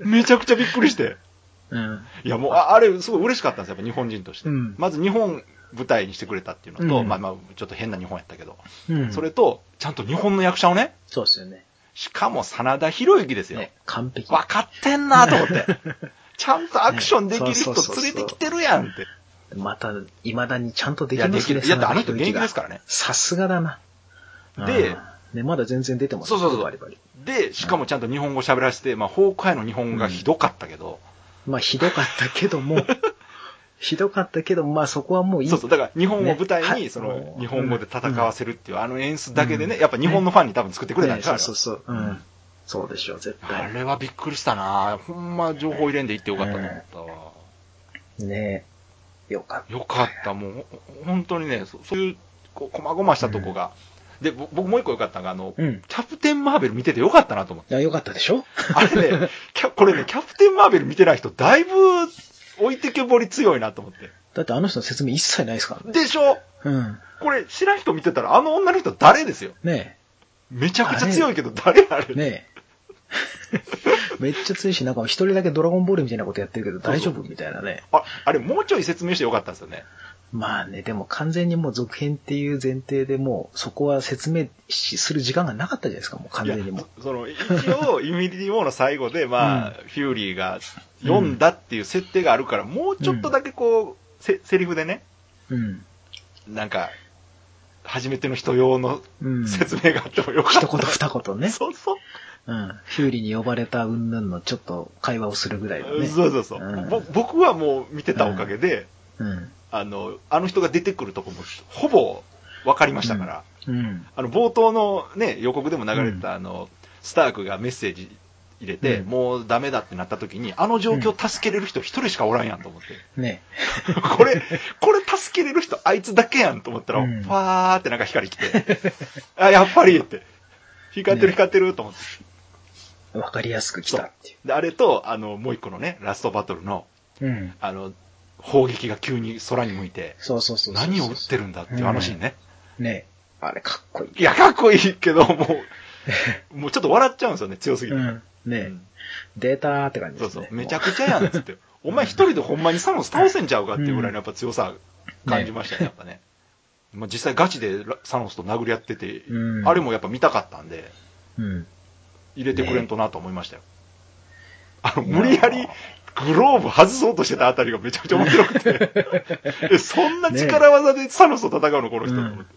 [SPEAKER 2] めちゃくちゃびっくりして。
[SPEAKER 1] うん。
[SPEAKER 2] いや、もう、ああれ、すごい嬉しかったんですよ、やっぱ日本人として。
[SPEAKER 1] うん
[SPEAKER 2] まず日本舞台にしてくれたっていうのと、
[SPEAKER 1] うん
[SPEAKER 2] まあまあ、ちょっと変な日本やったけど。
[SPEAKER 1] うん。
[SPEAKER 2] それと、ちゃんと日本の役者をね、
[SPEAKER 1] そうですよね。
[SPEAKER 2] しかも真田広之ですよ。
[SPEAKER 1] ね、完璧。
[SPEAKER 2] 分かってんなと思 って。ちゃんとアクションできる人
[SPEAKER 1] ねそうそうそうそう
[SPEAKER 2] 連れてきてるやんって。
[SPEAKER 1] また、未だにちゃんとで
[SPEAKER 2] い
[SPEAKER 1] きま
[SPEAKER 2] や、
[SPEAKER 1] すね
[SPEAKER 2] できる。いや、
[SPEAKER 1] 真田
[SPEAKER 2] あの人
[SPEAKER 1] 広
[SPEAKER 2] 現
[SPEAKER 1] 之
[SPEAKER 2] 役
[SPEAKER 1] が
[SPEAKER 2] ですからね。
[SPEAKER 1] さすがだな。
[SPEAKER 2] で
[SPEAKER 1] うん、ね、まだ全然出てます
[SPEAKER 2] そうそうそ
[SPEAKER 1] バリバ
[SPEAKER 2] う
[SPEAKER 1] リ。
[SPEAKER 2] で、しかもちゃんと日本語喋らせて、まあ、崩壊の日本語がひどかったけど、
[SPEAKER 1] まあ、ひどかったけども、ひどかったけど、まあ、そこはもういい。
[SPEAKER 2] そうそう、だから日本を舞
[SPEAKER 1] ねは
[SPEAKER 2] 台
[SPEAKER 1] い
[SPEAKER 2] に、そ
[SPEAKER 1] も
[SPEAKER 2] の
[SPEAKER 1] う、
[SPEAKER 2] 日本語で戦わせるっていう、あの演出だけで
[SPEAKER 1] う
[SPEAKER 2] ね、
[SPEAKER 1] ん
[SPEAKER 2] やっぱ日本のファンに多分作ってくれたんで
[SPEAKER 1] ね
[SPEAKER 2] す
[SPEAKER 1] そう
[SPEAKER 2] よ、あれ
[SPEAKER 1] そ
[SPEAKER 2] は
[SPEAKER 1] うそう。うん。そうでしょう、絶
[SPEAKER 2] あ
[SPEAKER 1] 対。
[SPEAKER 2] れはびっくりしたなほんま情報入れんでいってよかったと思ったわ。
[SPEAKER 1] ねよかっ
[SPEAKER 2] よかった、もう、ほ本当にね、そそういう、こう、細々したとこが、で、ぼ僕もう一個良かったのが、あの、
[SPEAKER 1] うん。
[SPEAKER 2] キャプテン・マーベル見てて良かったなと思って。
[SPEAKER 1] いや、よかったでしょ
[SPEAKER 2] あ れね、キャこれね、キャプテン・マーベル見てない人、だいぶ置いてけぼり強いなと思って。
[SPEAKER 1] だってあの人の説明一切ないですからね。
[SPEAKER 2] でしょ
[SPEAKER 1] うん。
[SPEAKER 2] これ知らん人見てたら、あの女の人誰ですよ。
[SPEAKER 1] ね
[SPEAKER 2] めちゃくちゃ強いけど、誰あ
[SPEAKER 1] え。
[SPEAKER 2] れ。
[SPEAKER 1] ねえ。めっちゃ強いし、なんか一人だけドラゴンボールみたいなことやってるけど大丈夫みたいなね。
[SPEAKER 2] あ、あれ、もうちょい説明してよかったんですよね。
[SPEAKER 1] まあね、でも完全にもう続編っていう前提でもうそこは説明しする時間がなかったじゃないですか、もう完
[SPEAKER 2] いや
[SPEAKER 1] 全にもう。
[SPEAKER 2] そその、一応、インフィニティ・ウォーの最後で、まあ、
[SPEAKER 1] うん
[SPEAKER 2] フューリーが読んだっていう設定があるから、もうちょっとだけこう、せセリフでね、
[SPEAKER 1] うん。
[SPEAKER 2] なんか、初めての人用の
[SPEAKER 1] うん。
[SPEAKER 2] 説明があってもよかっ
[SPEAKER 1] 一
[SPEAKER 2] た。
[SPEAKER 1] 言二言ね。
[SPEAKER 2] そうそう。
[SPEAKER 1] うん。フューリーに呼ばれた云々のちょっと会話をするぐらいのね。
[SPEAKER 2] そうそうそう、
[SPEAKER 1] うん
[SPEAKER 2] ぼ僕はもう見てたおかげで、
[SPEAKER 1] うん。
[SPEAKER 2] あのあの人が出てくるとこもほぼ分かりましたから、
[SPEAKER 1] うん。
[SPEAKER 2] あの冒頭の、ね、予告でも流れてた、あのスタークがメッセージ入れて、
[SPEAKER 1] うん
[SPEAKER 2] もうダメだってなった時にあの状況助けれる人一人しかおらんやんと思って、
[SPEAKER 1] ね
[SPEAKER 2] これこれ助けれる人あいつだけやんと思ったら、
[SPEAKER 1] うん
[SPEAKER 2] ファーってなんか光来てあやっぱりって光ってる
[SPEAKER 1] ね
[SPEAKER 2] 光ってると思って、
[SPEAKER 1] わかりやすく来たってい
[SPEAKER 2] であれとあのもう一個のねラストバトルの
[SPEAKER 1] う。うん。
[SPEAKER 2] あの砲撃が急に空に向いて
[SPEAKER 1] そうそうそうそうそう
[SPEAKER 2] 何を打ってるんだっていうあのシーンね。
[SPEAKER 1] ねあれかっこいい。
[SPEAKER 2] いや、かっこいいけど、も う、もうちょっと笑っちゃうんですよね、強すぎて。
[SPEAKER 1] うん。
[SPEAKER 2] う
[SPEAKER 1] ね
[SPEAKER 2] ん
[SPEAKER 1] データーって感じ
[SPEAKER 2] そ
[SPEAKER 1] で
[SPEAKER 2] う
[SPEAKER 1] す
[SPEAKER 2] そう
[SPEAKER 1] ね。。
[SPEAKER 2] めちゃくちゃやんっつって。お前一人でほんまにサノス倒せんちゃうかっていうぐらいのやっぱ強さ感じましたね、やっぱね。まあ実際ガチでラサノスと殴り合ってて、
[SPEAKER 1] うん
[SPEAKER 2] あれもやっぱ見たかったんで、
[SPEAKER 1] うん。
[SPEAKER 2] 入れてくれんとなと思いましたよ。あの、無理やりグローブ外そうとしてたあたりがめちゃくちゃ面白くて。えそんな力技でサノスと戦うの、この人と思って。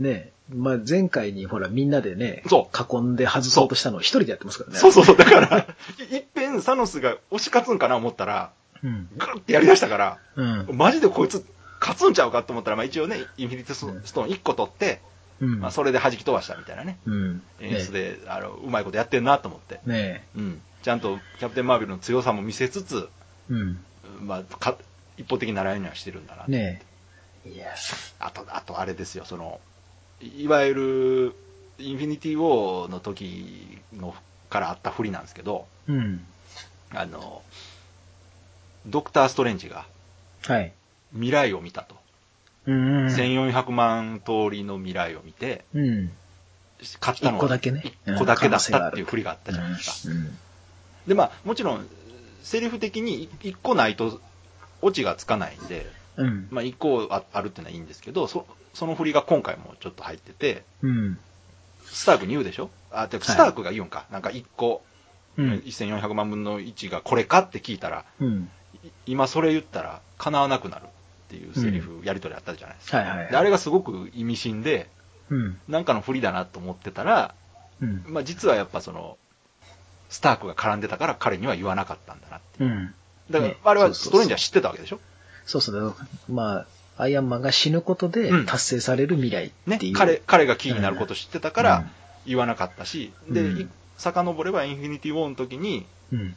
[SPEAKER 1] ねまあ前回にほらみんなでね、
[SPEAKER 2] そ
[SPEAKER 1] 囲んで外そうとしたのを一人でやってますからね。
[SPEAKER 2] そうそうそう、だから、いいっぺんサノスが押し勝つんかな思ったら、
[SPEAKER 1] うん。
[SPEAKER 2] ぐるってやりだしたから、
[SPEAKER 1] うん。
[SPEAKER 2] マジでこいつ勝つんちゃうかと思ったら、まあ一応ね、インフィニティストーン1個取って、
[SPEAKER 1] うん。
[SPEAKER 2] まあそれで弾き飛ばしたみたいなね、
[SPEAKER 1] うん。
[SPEAKER 2] 演
[SPEAKER 1] ね
[SPEAKER 2] 出で、あの、うまいことやってんなと思って、
[SPEAKER 1] ね
[SPEAKER 2] うん。ちゃんとキャプテン・マーベルの強さも見せつつ、
[SPEAKER 1] うん。
[SPEAKER 2] まあ、か一方的にならないようにはしてるんだな。
[SPEAKER 1] ねいや、
[SPEAKER 2] あと、あとあれですよ、その、いいわゆる、インフィニティ・ウォーの時のからあった不利なんですけど、
[SPEAKER 1] うん。
[SPEAKER 2] あの、ドクター・ストレンジが
[SPEAKER 1] はい。
[SPEAKER 2] 未来を見たと。
[SPEAKER 1] うん。
[SPEAKER 2] 1400万通りの未来を見て、
[SPEAKER 1] うん。
[SPEAKER 2] 買ったのは
[SPEAKER 1] 一個だけね
[SPEAKER 2] 一個だけだったっていう振りがあったじゃないですか。
[SPEAKER 1] うん。
[SPEAKER 2] で、まあ、もちろん、セリフ的に一個ないと、オチがつかないんで、
[SPEAKER 1] うん。
[SPEAKER 2] まあ、一個ああるっていうのはいいんですけど、そその振りが今回もちょっと入ってて、
[SPEAKER 1] うん。
[SPEAKER 2] スタークに言うでしょあ、てか
[SPEAKER 1] はい
[SPEAKER 2] スタークが言うんか。なんか一個、
[SPEAKER 1] うん。
[SPEAKER 2] 1400万分の1がこれかって聞いたら、
[SPEAKER 1] うん。
[SPEAKER 2] い今それ言ったら叶わなくなるっていうセリフ、やりとりあったじゃないですか、
[SPEAKER 1] はいはいはい
[SPEAKER 2] であれがすごく意味深で
[SPEAKER 1] うん。
[SPEAKER 2] なんかの不利だなと思ってたら、
[SPEAKER 1] うん。
[SPEAKER 2] まあ、実はやっぱそのスタークが絡んでたから彼には言わなかったんだなって
[SPEAKER 1] うん。
[SPEAKER 2] だから
[SPEAKER 1] ね
[SPEAKER 2] あれ
[SPEAKER 1] そ
[SPEAKER 2] は
[SPEAKER 1] うそうそう
[SPEAKER 2] ストレンジは知ってたわけでしょ、
[SPEAKER 1] そうそう。まあ、アイアンマンが死ぬことで
[SPEAKER 2] うん
[SPEAKER 1] 達成される未来
[SPEAKER 2] ね
[SPEAKER 1] っていう。
[SPEAKER 2] 彼彼がキーになることを知ってたから言わなかったし、
[SPEAKER 1] うん
[SPEAKER 2] でい遡ればインフィニティ・ウォーの時に
[SPEAKER 1] うん。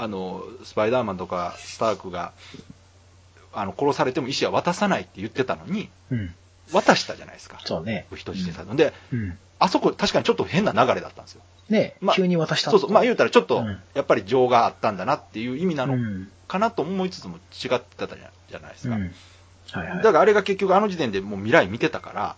[SPEAKER 2] あのスパイダーマンとかスタークがあの殺されても意思は渡さないって言ってたのに
[SPEAKER 1] うん。
[SPEAKER 2] 渡したじゃないですか
[SPEAKER 1] そうね。
[SPEAKER 2] 人質でさ、で
[SPEAKER 1] うん。
[SPEAKER 2] あそこ、確かにちょっと変な流れだったんですよ。
[SPEAKER 1] ね
[SPEAKER 2] まあ
[SPEAKER 1] 急に渡した
[SPEAKER 2] そうそう、まあ言うたらちょっ
[SPEAKER 1] う
[SPEAKER 2] と
[SPEAKER 1] ん、
[SPEAKER 2] やっぱり情があったんだなっていう意味な
[SPEAKER 1] う
[SPEAKER 2] の
[SPEAKER 1] ん。
[SPEAKER 2] かなと思いつつも違ってたじゃじゃないです
[SPEAKER 1] う
[SPEAKER 2] か。
[SPEAKER 1] ん。はいはい。
[SPEAKER 2] だからあれが結局あの時点でもう未来見てたから、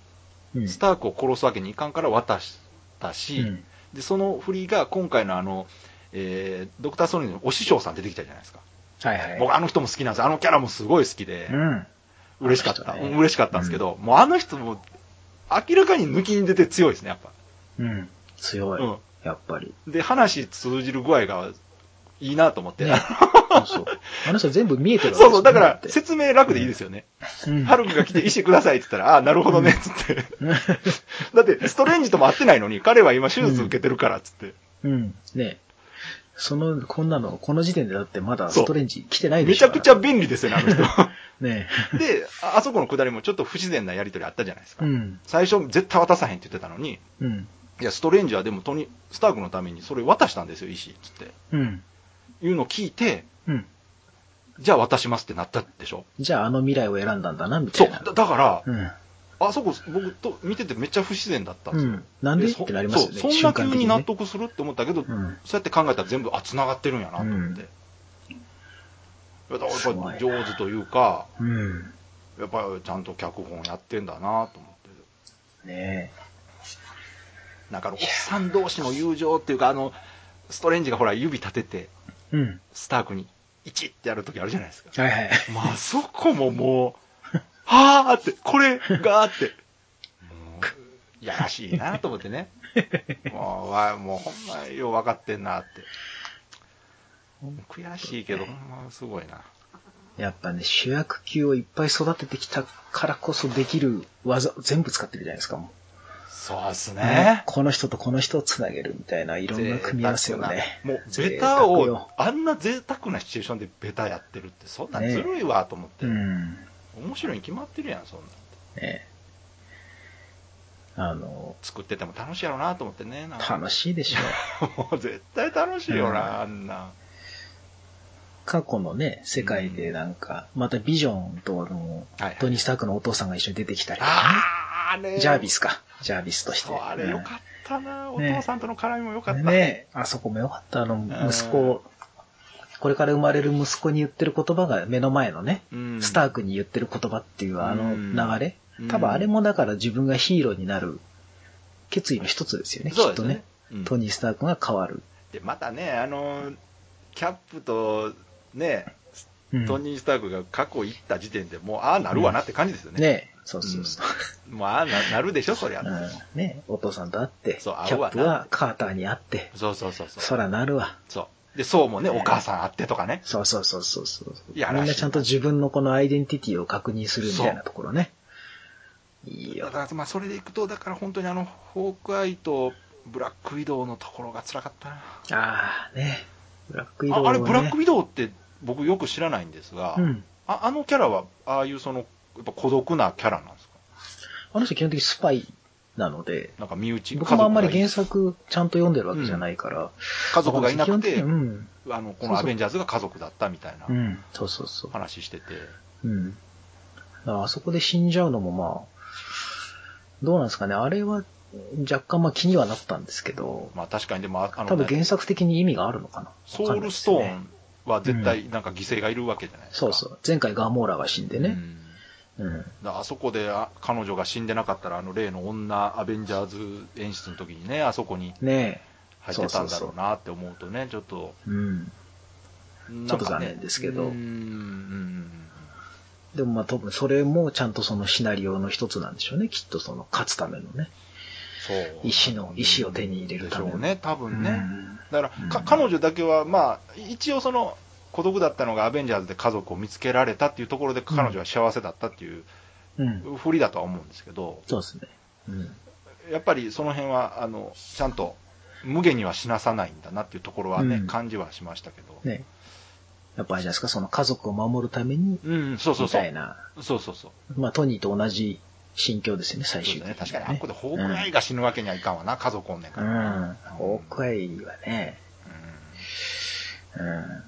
[SPEAKER 1] うん
[SPEAKER 2] スタークを殺すわけにいかんから渡したし、
[SPEAKER 1] うん
[SPEAKER 2] で、その振りが今回のあの、えードクター・ソニーのお師匠さん出てきたじゃないですか。
[SPEAKER 1] はいはい。
[SPEAKER 2] 僕あの人も好きなんです。あのキャラもすごい好きで
[SPEAKER 1] う、ん。
[SPEAKER 2] 嬉しかった。
[SPEAKER 1] あの人ね
[SPEAKER 2] うん嬉しかったんですけど、もうあの人も明らかに抜きに出て強いですね、やっぱ。
[SPEAKER 1] うん。強い。
[SPEAKER 2] うん
[SPEAKER 1] やっぱ り。
[SPEAKER 2] で、話通じる具合がいいなと思って。
[SPEAKER 1] ねそうそう。あの人全部見えてるわけ
[SPEAKER 2] そうそう、だから
[SPEAKER 1] ですよ
[SPEAKER 2] 説明楽でいいですよね。
[SPEAKER 1] ね
[SPEAKER 2] ハルクが来て石くださいって言ったら、ああ、なるほどね、つって。だって、ストレンジとも会ってないのに、彼は今手術受けてるから、つって。
[SPEAKER 1] うん。うん。ねその、こんなの、この時点でだってまだ
[SPEAKER 2] そう
[SPEAKER 1] ストレンジ来てないで
[SPEAKER 2] め
[SPEAKER 1] し
[SPEAKER 2] ち
[SPEAKER 1] ょ。
[SPEAKER 2] ゃくちゃ。便利ですよね、あの人。
[SPEAKER 1] ね
[SPEAKER 2] で、ああそこのくだりもちょっと不自然なやりとりあったじゃないですか
[SPEAKER 1] う。ん。
[SPEAKER 2] 最初、絶対渡さへんって言ってたのに、
[SPEAKER 1] うん。
[SPEAKER 2] いや、ストレンジはでもトニ、スタークのためにそれ渡したんですよ、石、つって。
[SPEAKER 1] うん。
[SPEAKER 2] いうのを聞いて、
[SPEAKER 1] うん。
[SPEAKER 2] じゃあ渡しますってなったでしょ。
[SPEAKER 1] じゃああの未来を選んだんだな、みた
[SPEAKER 2] そう。
[SPEAKER 1] いな。
[SPEAKER 2] だだから、
[SPEAKER 1] うん。
[SPEAKER 2] あそこ、僕と見ててめっちゃ不自然だったんですよ。
[SPEAKER 1] うんなんでってなりますよね
[SPEAKER 2] そうそん
[SPEAKER 1] 瞬
[SPEAKER 2] な
[SPEAKER 1] 間
[SPEAKER 2] 急
[SPEAKER 1] 的に
[SPEAKER 2] に
[SPEAKER 1] ね
[SPEAKER 2] 納得するって思ったけど、
[SPEAKER 1] うん
[SPEAKER 2] そうやって考えたら全部、あ、繋がってるんやなと思って。やっぱ
[SPEAKER 1] すごいな
[SPEAKER 2] 上手というか、
[SPEAKER 1] うん。
[SPEAKER 2] やっぱちゃんと脚本やってんだなと思って。
[SPEAKER 1] ね
[SPEAKER 2] なんかあの、おっさん同士の友情っていうか、あの、ストレンジがほら、指立てて、
[SPEAKER 1] え。うん。
[SPEAKER 2] スタークに、イチってやるときあるじゃないですか。
[SPEAKER 1] はいはい。
[SPEAKER 2] まあ、そこももう、はあって、これがあって、もう、やらしいなと思ってね。もう、わもうほんまよう分かってんなって。悔しいけど、ほんますごいな。
[SPEAKER 1] やっぱね、主役級をいっぱい育ててきたからこそできる技を全部使ってるじゃないですか。も
[SPEAKER 2] そうです
[SPEAKER 1] うこの人とこの人をつなげるみたいないろんな組み合わせをね。
[SPEAKER 2] もうベ
[SPEAKER 1] 贅
[SPEAKER 2] タ
[SPEAKER 1] 沢よ
[SPEAKER 2] を、あんな贅沢なシチュエーションでベタやってるって、そんなんずるいわと思って。
[SPEAKER 1] うん。ね
[SPEAKER 2] 面白いに決まってるやん、そんなん。
[SPEAKER 1] えあの、
[SPEAKER 2] 作ってても楽しいやろなと思ってね。なんか
[SPEAKER 1] 楽しいでしょ。
[SPEAKER 2] もう絶対楽しいよな、あんな。
[SPEAKER 1] 過去のね、世界でなんか、またビジョンとあの
[SPEAKER 2] はいはい、
[SPEAKER 1] トニー・スタークのお父さんが一緒に出てきたりとかね、
[SPEAKER 2] あーあれ
[SPEAKER 1] ジャービスか。ジャービスとして。
[SPEAKER 2] あれよかったな、お
[SPEAKER 1] ね
[SPEAKER 2] 父さんとの絡みもよかった。
[SPEAKER 1] ねあそこも良かった。あの、
[SPEAKER 2] ん
[SPEAKER 1] 息子、これから生まれる息子に言ってる言葉が目の前のね、
[SPEAKER 2] うん
[SPEAKER 1] スタークに言ってる言葉っていうあの
[SPEAKER 2] うん
[SPEAKER 1] 流れ
[SPEAKER 2] うん。
[SPEAKER 1] 多分あれもだから自分がヒーローになる決意の一つですよね、き
[SPEAKER 2] そ
[SPEAKER 1] っ
[SPEAKER 2] うです
[SPEAKER 1] と
[SPEAKER 2] よ
[SPEAKER 1] ね
[SPEAKER 2] ね。うん
[SPEAKER 1] トニー・スタークが変わる。
[SPEAKER 2] で、またね、あの、キャップと、ね、
[SPEAKER 1] うん
[SPEAKER 2] トニー・スタークが過去行った時点でもう、ああなるわなって感じですよね。
[SPEAKER 1] ねそうそうそう。
[SPEAKER 2] もう、ああななるでしょ、そりゃ。
[SPEAKER 1] うん、ねお父さんと会って、キ
[SPEAKER 2] そう
[SPEAKER 1] ャ
[SPEAKER 2] 会うわ
[SPEAKER 1] ッ
[SPEAKER 2] な
[SPEAKER 1] プはカーターに会って、
[SPEAKER 2] そうそうそうそう。
[SPEAKER 1] そらなるわ。
[SPEAKER 2] そう。で、そうもね、お母さんあってとかね。
[SPEAKER 1] そうそうそうそうそう。
[SPEAKER 2] いやらしい
[SPEAKER 1] みんなちゃんと自分のこのアイデンティティを確認するみたいなところね。いいよ
[SPEAKER 2] だ。から、まあ、それでいくと、だから本当にあの、ホークアイとブラックウィドウのところが辛かったな。
[SPEAKER 1] ああ、ね。ブラック移動、ね、
[SPEAKER 2] ああれ、ブラックウィドウって僕よく知らないんですが、
[SPEAKER 1] うん。
[SPEAKER 2] ああのキャラは、ああいうその、やっぱ孤独なキャラなんですか
[SPEAKER 1] あの人基本的にスパイなので、
[SPEAKER 2] なんか身内
[SPEAKER 1] 僕もあんまり原
[SPEAKER 2] 家
[SPEAKER 1] 作ちゃんと読んでるわけじゃないから。
[SPEAKER 2] 族がいなくて、
[SPEAKER 1] 基本的にうん。
[SPEAKER 2] あの
[SPEAKER 1] そうそ
[SPEAKER 2] こ
[SPEAKER 1] う
[SPEAKER 2] のアベンジャーズが家族だったみたいな
[SPEAKER 1] うん。そうそうそう。
[SPEAKER 2] 話してて、
[SPEAKER 1] うん。だからあそこで死んじゃうのもまあ、どうなんですかね。あれは若干まあ気にはなったんですけど、
[SPEAKER 2] まあ確かにでもああ
[SPEAKER 1] 多
[SPEAKER 2] の
[SPEAKER 1] 分
[SPEAKER 2] ね、
[SPEAKER 1] 原作的に意味があるのかな。
[SPEAKER 2] ソウルスト
[SPEAKER 1] わかん
[SPEAKER 2] ー
[SPEAKER 1] ないですね
[SPEAKER 2] ンは絶対なんか犠牲がいるわけじゃないですか。
[SPEAKER 1] そうそう。前回ガーモーラが死んで
[SPEAKER 2] うん。
[SPEAKER 1] ね。うん。
[SPEAKER 2] だからあそこであ彼女が死んでなかったら、あの例の女アベンジャーズ演出の時にね、あそこに
[SPEAKER 1] ね
[SPEAKER 2] 入ってたんだろうなって思うとね、ちょっと、
[SPEAKER 1] え。うん。
[SPEAKER 2] なんかね
[SPEAKER 1] ちょっと残念ですけど
[SPEAKER 2] うんうんうん
[SPEAKER 1] でもまあ多分それもちゃんとそのシナリオの一つなんでしょうね。きっとその勝つためのね。
[SPEAKER 2] そう
[SPEAKER 1] 石の石を手に入れるため
[SPEAKER 2] で
[SPEAKER 1] の
[SPEAKER 2] しょうね多分ね、
[SPEAKER 1] うん
[SPEAKER 2] だからか彼女だけはまあ一応その孤独だったのがアベンジャーズで家族を見つけられたっていうところで彼女は幸せだったっていう
[SPEAKER 1] うん。
[SPEAKER 2] ふりだとは思うんですけど、
[SPEAKER 1] そうですね。うん。
[SPEAKER 2] やっぱりその辺はあのちゃんと無限には死なさないんだなっていうところはね、
[SPEAKER 1] うん
[SPEAKER 2] 感じはしましたけど、
[SPEAKER 1] ね。やっぱあれじゃないですか、その家族を守るために、
[SPEAKER 2] うんそうそう
[SPEAKER 1] み
[SPEAKER 2] そ
[SPEAKER 1] たいうな。
[SPEAKER 2] そうそうそう
[SPEAKER 1] まあトニーと同じ心境ですよね、最
[SPEAKER 2] そう
[SPEAKER 1] 終
[SPEAKER 2] だ
[SPEAKER 1] 的
[SPEAKER 2] ね
[SPEAKER 1] に、
[SPEAKER 2] 確かにあっこでホークアイが死ぬわけにはいかんわな、家族おんねんか
[SPEAKER 1] う
[SPEAKER 2] ら、
[SPEAKER 1] ん。ホークアイはね、う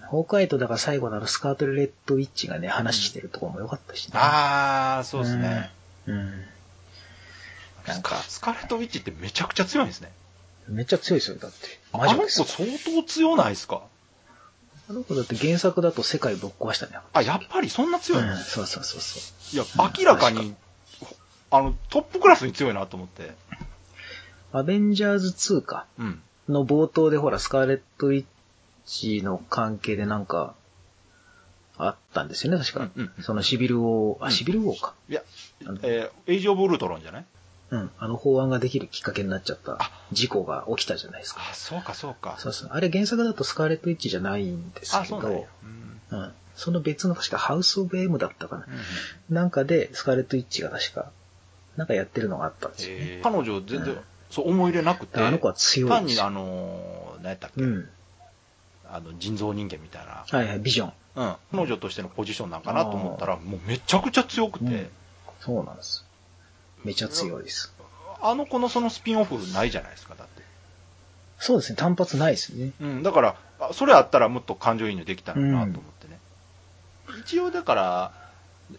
[SPEAKER 1] ん。ホークアイとだから最後ならスカートレッドウィッチがね、話してるとこも良かったしね。
[SPEAKER 2] ああそうですね、
[SPEAKER 1] うん。なんか
[SPEAKER 2] スカスカーレットウィッチってめちゃくちゃ強いんですね。
[SPEAKER 1] めっちゃ強いですよ、だって。魔
[SPEAKER 2] あ
[SPEAKER 1] 女
[SPEAKER 2] の
[SPEAKER 1] です
[SPEAKER 2] 子
[SPEAKER 1] よ。
[SPEAKER 2] 相当強ないですか
[SPEAKER 1] あの子だって原作だと世界ぶっ壊したね。
[SPEAKER 2] あ、やっぱりそんな強いの、
[SPEAKER 1] うん、
[SPEAKER 2] い
[SPEAKER 1] そうそうそうそう。
[SPEAKER 2] や、明らかに、
[SPEAKER 1] 確
[SPEAKER 2] あの、トップクラスに強いなと思って。
[SPEAKER 1] アベンジャーズ2か。
[SPEAKER 2] うん。
[SPEAKER 1] の冒頭でほら、スカーレット・ウィッチの関係でなんか、あったんですよね、確か。
[SPEAKER 2] うんうんうん
[SPEAKER 1] そのシビル王、あ、シビル王か。
[SPEAKER 2] いや
[SPEAKER 1] うん、
[SPEAKER 2] えーエイジオブ・ウルトロンじゃない
[SPEAKER 1] うん。あの法案ができるきっかけになっちゃった
[SPEAKER 2] あ
[SPEAKER 1] 事故が起きたじゃないですか。
[SPEAKER 2] あ、そうか、そうか。
[SPEAKER 1] そうそう。あれ原作だとスカーレット・ウィッチじゃないんです
[SPEAKER 2] あ、
[SPEAKER 1] け
[SPEAKER 2] そ
[SPEAKER 1] ど、
[SPEAKER 2] うなんや。うん
[SPEAKER 1] うん。その別の確かハウス・オブ・エムだったかな。
[SPEAKER 2] うんうん
[SPEAKER 1] なんかで、スカーレット・ウィッチが確か、なんかやってるのがあったんですよね。
[SPEAKER 2] えー彼女全
[SPEAKER 1] う
[SPEAKER 2] 然
[SPEAKER 1] ん、
[SPEAKER 2] そう思い入れなく
[SPEAKER 1] だか
[SPEAKER 2] て。
[SPEAKER 1] らあの子は強い
[SPEAKER 2] 単
[SPEAKER 1] んで
[SPEAKER 2] に
[SPEAKER 1] す
[SPEAKER 2] あ
[SPEAKER 1] よ。
[SPEAKER 2] のー、何やったっけ、
[SPEAKER 1] うん。
[SPEAKER 2] あの、人造人間みたいな。
[SPEAKER 1] はいはい、ビジョン。
[SPEAKER 2] うん。彼女としてのポジションなんかなと思ったら、もうめちゃくちゃ強くて、
[SPEAKER 1] うんそうなんです。めちゃ強いです。
[SPEAKER 2] あの子のそのスピンオフないじゃないですか、だって。
[SPEAKER 1] そうですね、単発ないですね。
[SPEAKER 2] うん、だから、あそれあったらもっと感情移入できたのになと思ってね。一応だから、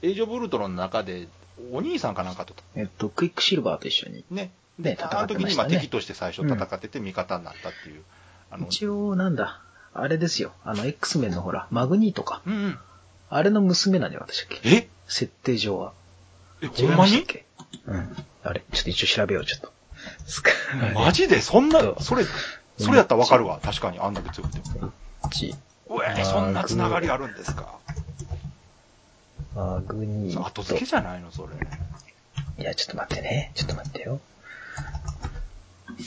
[SPEAKER 2] エイジオブ・ウルトロンの中で、お兄さんかなんかと、
[SPEAKER 1] えっと、クイックシルバーと一緒に。
[SPEAKER 2] ね。
[SPEAKER 1] ね戦
[SPEAKER 2] あ
[SPEAKER 1] っ
[SPEAKER 2] の
[SPEAKER 1] て
[SPEAKER 2] 時
[SPEAKER 1] ま
[SPEAKER 2] に
[SPEAKER 1] し
[SPEAKER 2] ま
[SPEAKER 1] た
[SPEAKER 2] あ
[SPEAKER 1] ね
[SPEAKER 2] 敵として最初戦ってて味方になったっていう。あの、
[SPEAKER 1] 一応、なんだ、あれですよ。あの、X メンのほら、マグニーとか。
[SPEAKER 2] うんうん。
[SPEAKER 1] あれの娘なんで、私だっけ
[SPEAKER 2] え
[SPEAKER 1] 設定上は。
[SPEAKER 2] え、ほんま
[SPEAKER 1] 違いし
[SPEAKER 2] に
[SPEAKER 1] たっけうん。あれ、ちょっと一応調べよう、ちょっと。すか。
[SPEAKER 2] マジでそんな、それ、それやったらわかるわ。確かに、あんだけ強くても。
[SPEAKER 1] ジ
[SPEAKER 2] うえー、そんなつながりあるんですか。
[SPEAKER 1] マグニー
[SPEAKER 2] 後付
[SPEAKER 1] と。
[SPEAKER 2] けじゃないの、それ。
[SPEAKER 1] いや、ちょっと待ってね。ちょっと待ってよ。
[SPEAKER 2] へ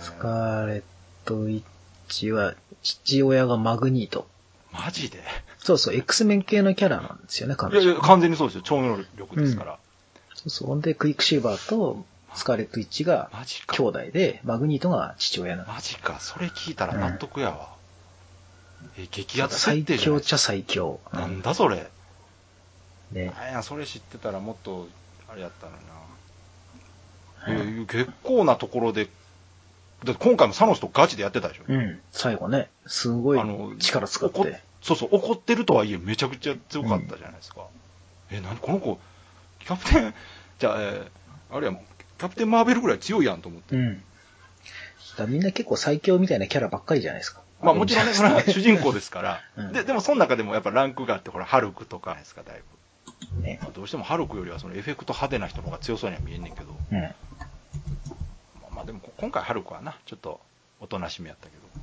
[SPEAKER 1] ス
[SPEAKER 2] ー
[SPEAKER 1] カーレット・イッチは、父親がマグニート。
[SPEAKER 2] マジで
[SPEAKER 1] そうそう、X メン系のキャラなんですよね、
[SPEAKER 2] い
[SPEAKER 1] 彼
[SPEAKER 2] やい
[SPEAKER 1] 女。
[SPEAKER 2] や、完全にそうですよ。超能力ですから。
[SPEAKER 1] そうそう。ほんで、クイックシルバーとスカーレット・イッチが
[SPEAKER 2] マジか
[SPEAKER 1] 兄。弟で、マグニートが父親なの。
[SPEAKER 2] マジか。それ聞いたら納得やわ。え、激アツ設
[SPEAKER 1] 最
[SPEAKER 2] 定じゃ
[SPEAKER 1] 強っ
[SPEAKER 2] ない
[SPEAKER 1] ちゃ最強。
[SPEAKER 2] なんだそれ。
[SPEAKER 1] ね。
[SPEAKER 2] あいや、それ知ってたらもっと、あれやったのにな。いや結構なところで、だって今回もサノスとガチでやってたでしょ。
[SPEAKER 1] うん。最後ね、すごい
[SPEAKER 2] あの
[SPEAKER 1] 力使っ。
[SPEAKER 2] 怒ってそうそう、怒ってるとはいえ、めちゃくちゃ強かったじゃないですか。え、なんこの子、キャプテン、じゃあ、えーあれや、キャプテンマーベルぐらい強いやんと思って。
[SPEAKER 1] うん。だからみんな結構最強みたいなキャラばっかりじゃないですか。
[SPEAKER 2] まあもちろんね、それは主人公ですから。
[SPEAKER 1] うん
[SPEAKER 2] で、でもその中でもやっぱランクがあって、ほら、ハルクとかですか、だいぶ。
[SPEAKER 1] ね。
[SPEAKER 2] まあどうしてもハルクよりはそのエフェクト派手な人の方が強そうには見えんねんけど。
[SPEAKER 1] うん。
[SPEAKER 2] まあ、まあでもこ今回ハルクはな、ちょっとおとなしめやったけど。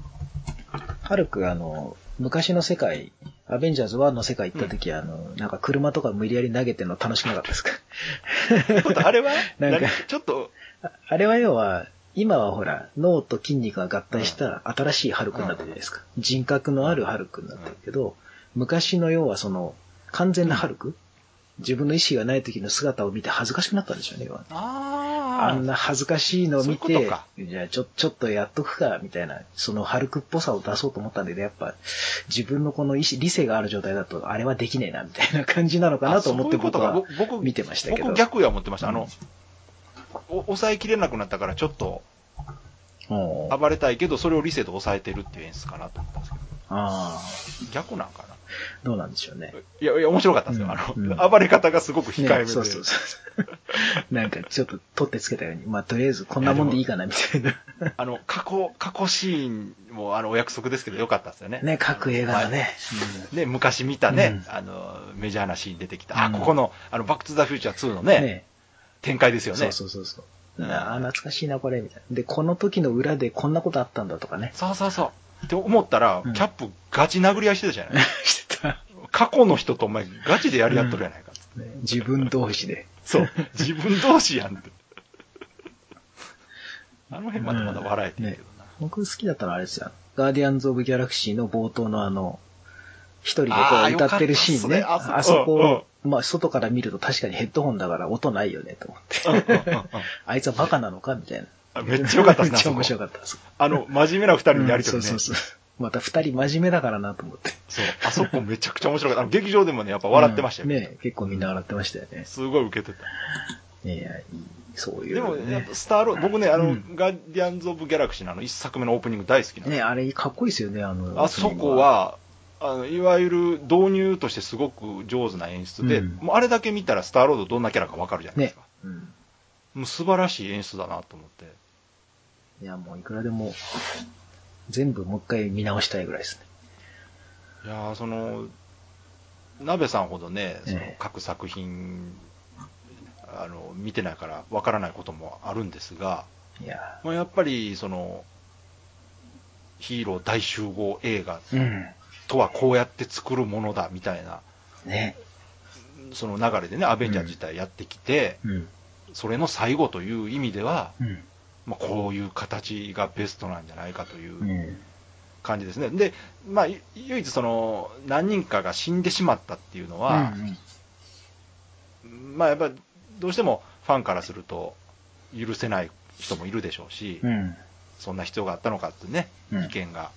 [SPEAKER 1] ハルク、あの、昔の世界、アベンジャーズ1の世界行った時、あの、なんか車とか無理やり投げてんの楽しくなかったですか
[SPEAKER 2] ちょっとあれは
[SPEAKER 1] なんか
[SPEAKER 2] 何ちょっと、
[SPEAKER 1] あれは要は、今はほら、脳と筋肉が合体した新しいハルクになってるじゃないですか。人格のあるハルクになってるけど、昔の要はその、完全なハルク、自分の意思がない時の姿を見て恥ずかしくなったんでしょうね、要は。
[SPEAKER 2] あ
[SPEAKER 1] あんな恥ずかしいのを見
[SPEAKER 2] そういう
[SPEAKER 1] て
[SPEAKER 2] ことか、
[SPEAKER 1] じゃあちょ、ちょっとやっとくか、みたいな、そのハルクっぽさを出そうと思ったんだけど、やっぱ、自分のこの意思理性がある状態だと、あれはできねえな、みたいな感じなのかなと思って僕は
[SPEAKER 2] 僕僕
[SPEAKER 1] 見てましたけど。
[SPEAKER 2] 僕逆や思ってました。あの、お抑えきれなくなったからちょっと
[SPEAKER 1] うんあ
[SPEAKER 2] 暴れたいけど、それを理性で抑えてるっていう演出かなと思ったんですけ
[SPEAKER 1] あ
[SPEAKER 2] ど、逆なんか
[SPEAKER 1] ー、
[SPEAKER 2] な。
[SPEAKER 1] どうなんでしょうね。
[SPEAKER 2] いや、いや、面白かったですよ。あ
[SPEAKER 1] うん
[SPEAKER 2] の、暴れ方がすごく控えめ
[SPEAKER 1] ね、
[SPEAKER 2] で。
[SPEAKER 1] そうそうそう。なんかちょっと取ってつけたように、まあとりあえずこんなもんでいいかな、みたいな。
[SPEAKER 2] あの、過去、過去シーンも、あの、お約束ですけど、よかったですよね。
[SPEAKER 1] ね、各映画のね。
[SPEAKER 2] ね、昔見たね、
[SPEAKER 1] うん
[SPEAKER 2] あの、メジャーなシーン出てきた。あ、
[SPEAKER 1] うん
[SPEAKER 2] ここの、あの、バックトゥザフューチャー2の
[SPEAKER 1] うん
[SPEAKER 2] ね、
[SPEAKER 1] ね
[SPEAKER 2] 展開ですよね。
[SPEAKER 1] そうそうそうそう。ああ、懐かしいな、これ、みたいな。で、この時の裏でこんなことあったんだとかね。
[SPEAKER 2] そうそうそうって思ったら、
[SPEAKER 1] うん
[SPEAKER 2] キャップガチ殴り合いしてたじゃない
[SPEAKER 1] してた。
[SPEAKER 2] 過去の人とお前ガチでやり合っとるやないかっつって、
[SPEAKER 1] ね自分同士で。
[SPEAKER 2] そう。自分同士やんって。あの辺までまだ笑えてるけどな。
[SPEAKER 1] 僕好きだったのはあれですよ。ガーディアンズ・オブ・ギャラクシーの冒頭のあの、一人でこ
[SPEAKER 2] あー
[SPEAKER 1] う歌ってるシーンね。
[SPEAKER 2] よかったっすね
[SPEAKER 1] あ
[SPEAKER 2] あ
[SPEAKER 1] そ
[SPEAKER 2] そこ
[SPEAKER 1] こ、まあ外から見ると確かにヘッドホンだから音ないよねと思って。
[SPEAKER 2] うんうんうん
[SPEAKER 1] あいつはバカなのかみたいな。
[SPEAKER 2] あめっちゃ良かったっすね
[SPEAKER 1] めっちゃ
[SPEAKER 2] あそこ
[SPEAKER 1] 面白かったです。
[SPEAKER 2] あの、真面目な二人のやりとりね、
[SPEAKER 1] うんそうそうそう。また二人真面目だからなと思って。
[SPEAKER 2] そうあそこめちゃくちゃ面白かった。あの劇場でもね、やっぱ笑ってましたよ。
[SPEAKER 1] うんね結構みんな笑ってましたよね。
[SPEAKER 2] すごい受けてた。
[SPEAKER 1] ねいや、いい、そういう、
[SPEAKER 2] でも、やっ
[SPEAKER 1] ね
[SPEAKER 2] ぱ。スターロード、僕ね、あの、
[SPEAKER 1] うん
[SPEAKER 2] ガーディアンズ・オブ・ギャラクシーのあの一作目のオープニング大好きなんですよ
[SPEAKER 1] ねあれかっこいいですよね、あの。
[SPEAKER 2] あそこは、あのいわゆる導入としてすごく上手な演出で、
[SPEAKER 1] うん
[SPEAKER 2] もうあれだけ見たら、スターロードどんなキャラかわかるじゃないですか。
[SPEAKER 1] うん。
[SPEAKER 2] もう素晴らしい演出だなと思って。
[SPEAKER 1] いや、もういくらでも、全部もう一回見直したいぐらいですね。
[SPEAKER 2] いやーその、鍋さんほどね、その
[SPEAKER 1] ええ
[SPEAKER 2] 各作品、あの見てないからわからないこともあるんですが、
[SPEAKER 1] いや
[SPEAKER 2] まあ、やっぱりその、ヒーロー大集合映画
[SPEAKER 1] うん。
[SPEAKER 2] とはこうやって作るものだみたいな、
[SPEAKER 1] ね。
[SPEAKER 2] その流れでね、アベンジャーズ自体やってきて、
[SPEAKER 1] うん。
[SPEAKER 2] それの最後という意味では、
[SPEAKER 1] うん。。
[SPEAKER 2] まあ、こういう形がベストなんじゃないかといううん感じですね。で、まあ、い唯一その、何人かが死んでしまったっていうのは、まあ、やっぱ、どうしてもファンからすると、許せない人もいるでしょうし、
[SPEAKER 1] うん。
[SPEAKER 2] そんな必要があったのかってね、
[SPEAKER 1] うん
[SPEAKER 2] 意見が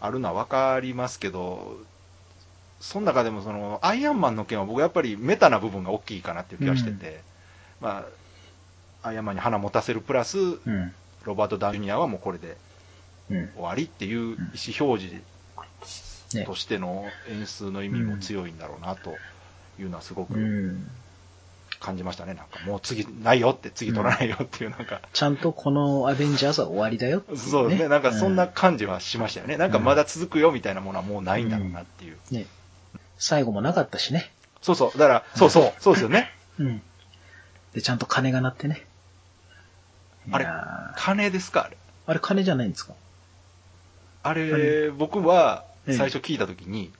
[SPEAKER 2] あるのは分かりますけど、その中でもそのアイアンマンの件は僕はやっぱりメタな部分が大きいかなっていう気がしてて、まあ、アイアンマンに花持たせるプラス、
[SPEAKER 1] うん。
[SPEAKER 2] ロバート・ダウニージュニアはもうこれで
[SPEAKER 1] うん。
[SPEAKER 2] 終わりっていう意思表示
[SPEAKER 1] ね
[SPEAKER 2] と。しての演出の意味も強いんだろうなというのはすご
[SPEAKER 1] う
[SPEAKER 2] く
[SPEAKER 1] ん。
[SPEAKER 2] 感じましたね。なんかもう次ないよって、次取らないよっていうなんか、
[SPEAKER 1] ちゃんとこのアベンジャーズは終わりだよってい
[SPEAKER 2] そうですね。なんかそんな感じはしましたよね。なんかまだ続くよみたいなものはもうないんだろうなっていう。
[SPEAKER 1] うんね。最後もなかったしね。
[SPEAKER 2] そうそう。だから、そうそう。そうですよね。
[SPEAKER 1] うん。で、ちゃんと鐘が鳴ってね。
[SPEAKER 2] あれ
[SPEAKER 1] いやー
[SPEAKER 2] 金ですかあれ。
[SPEAKER 1] あれ鐘じゃないんですか
[SPEAKER 2] あ
[SPEAKER 1] は
[SPEAKER 2] れ、僕は
[SPEAKER 1] ええ
[SPEAKER 2] 最初聞いたときに、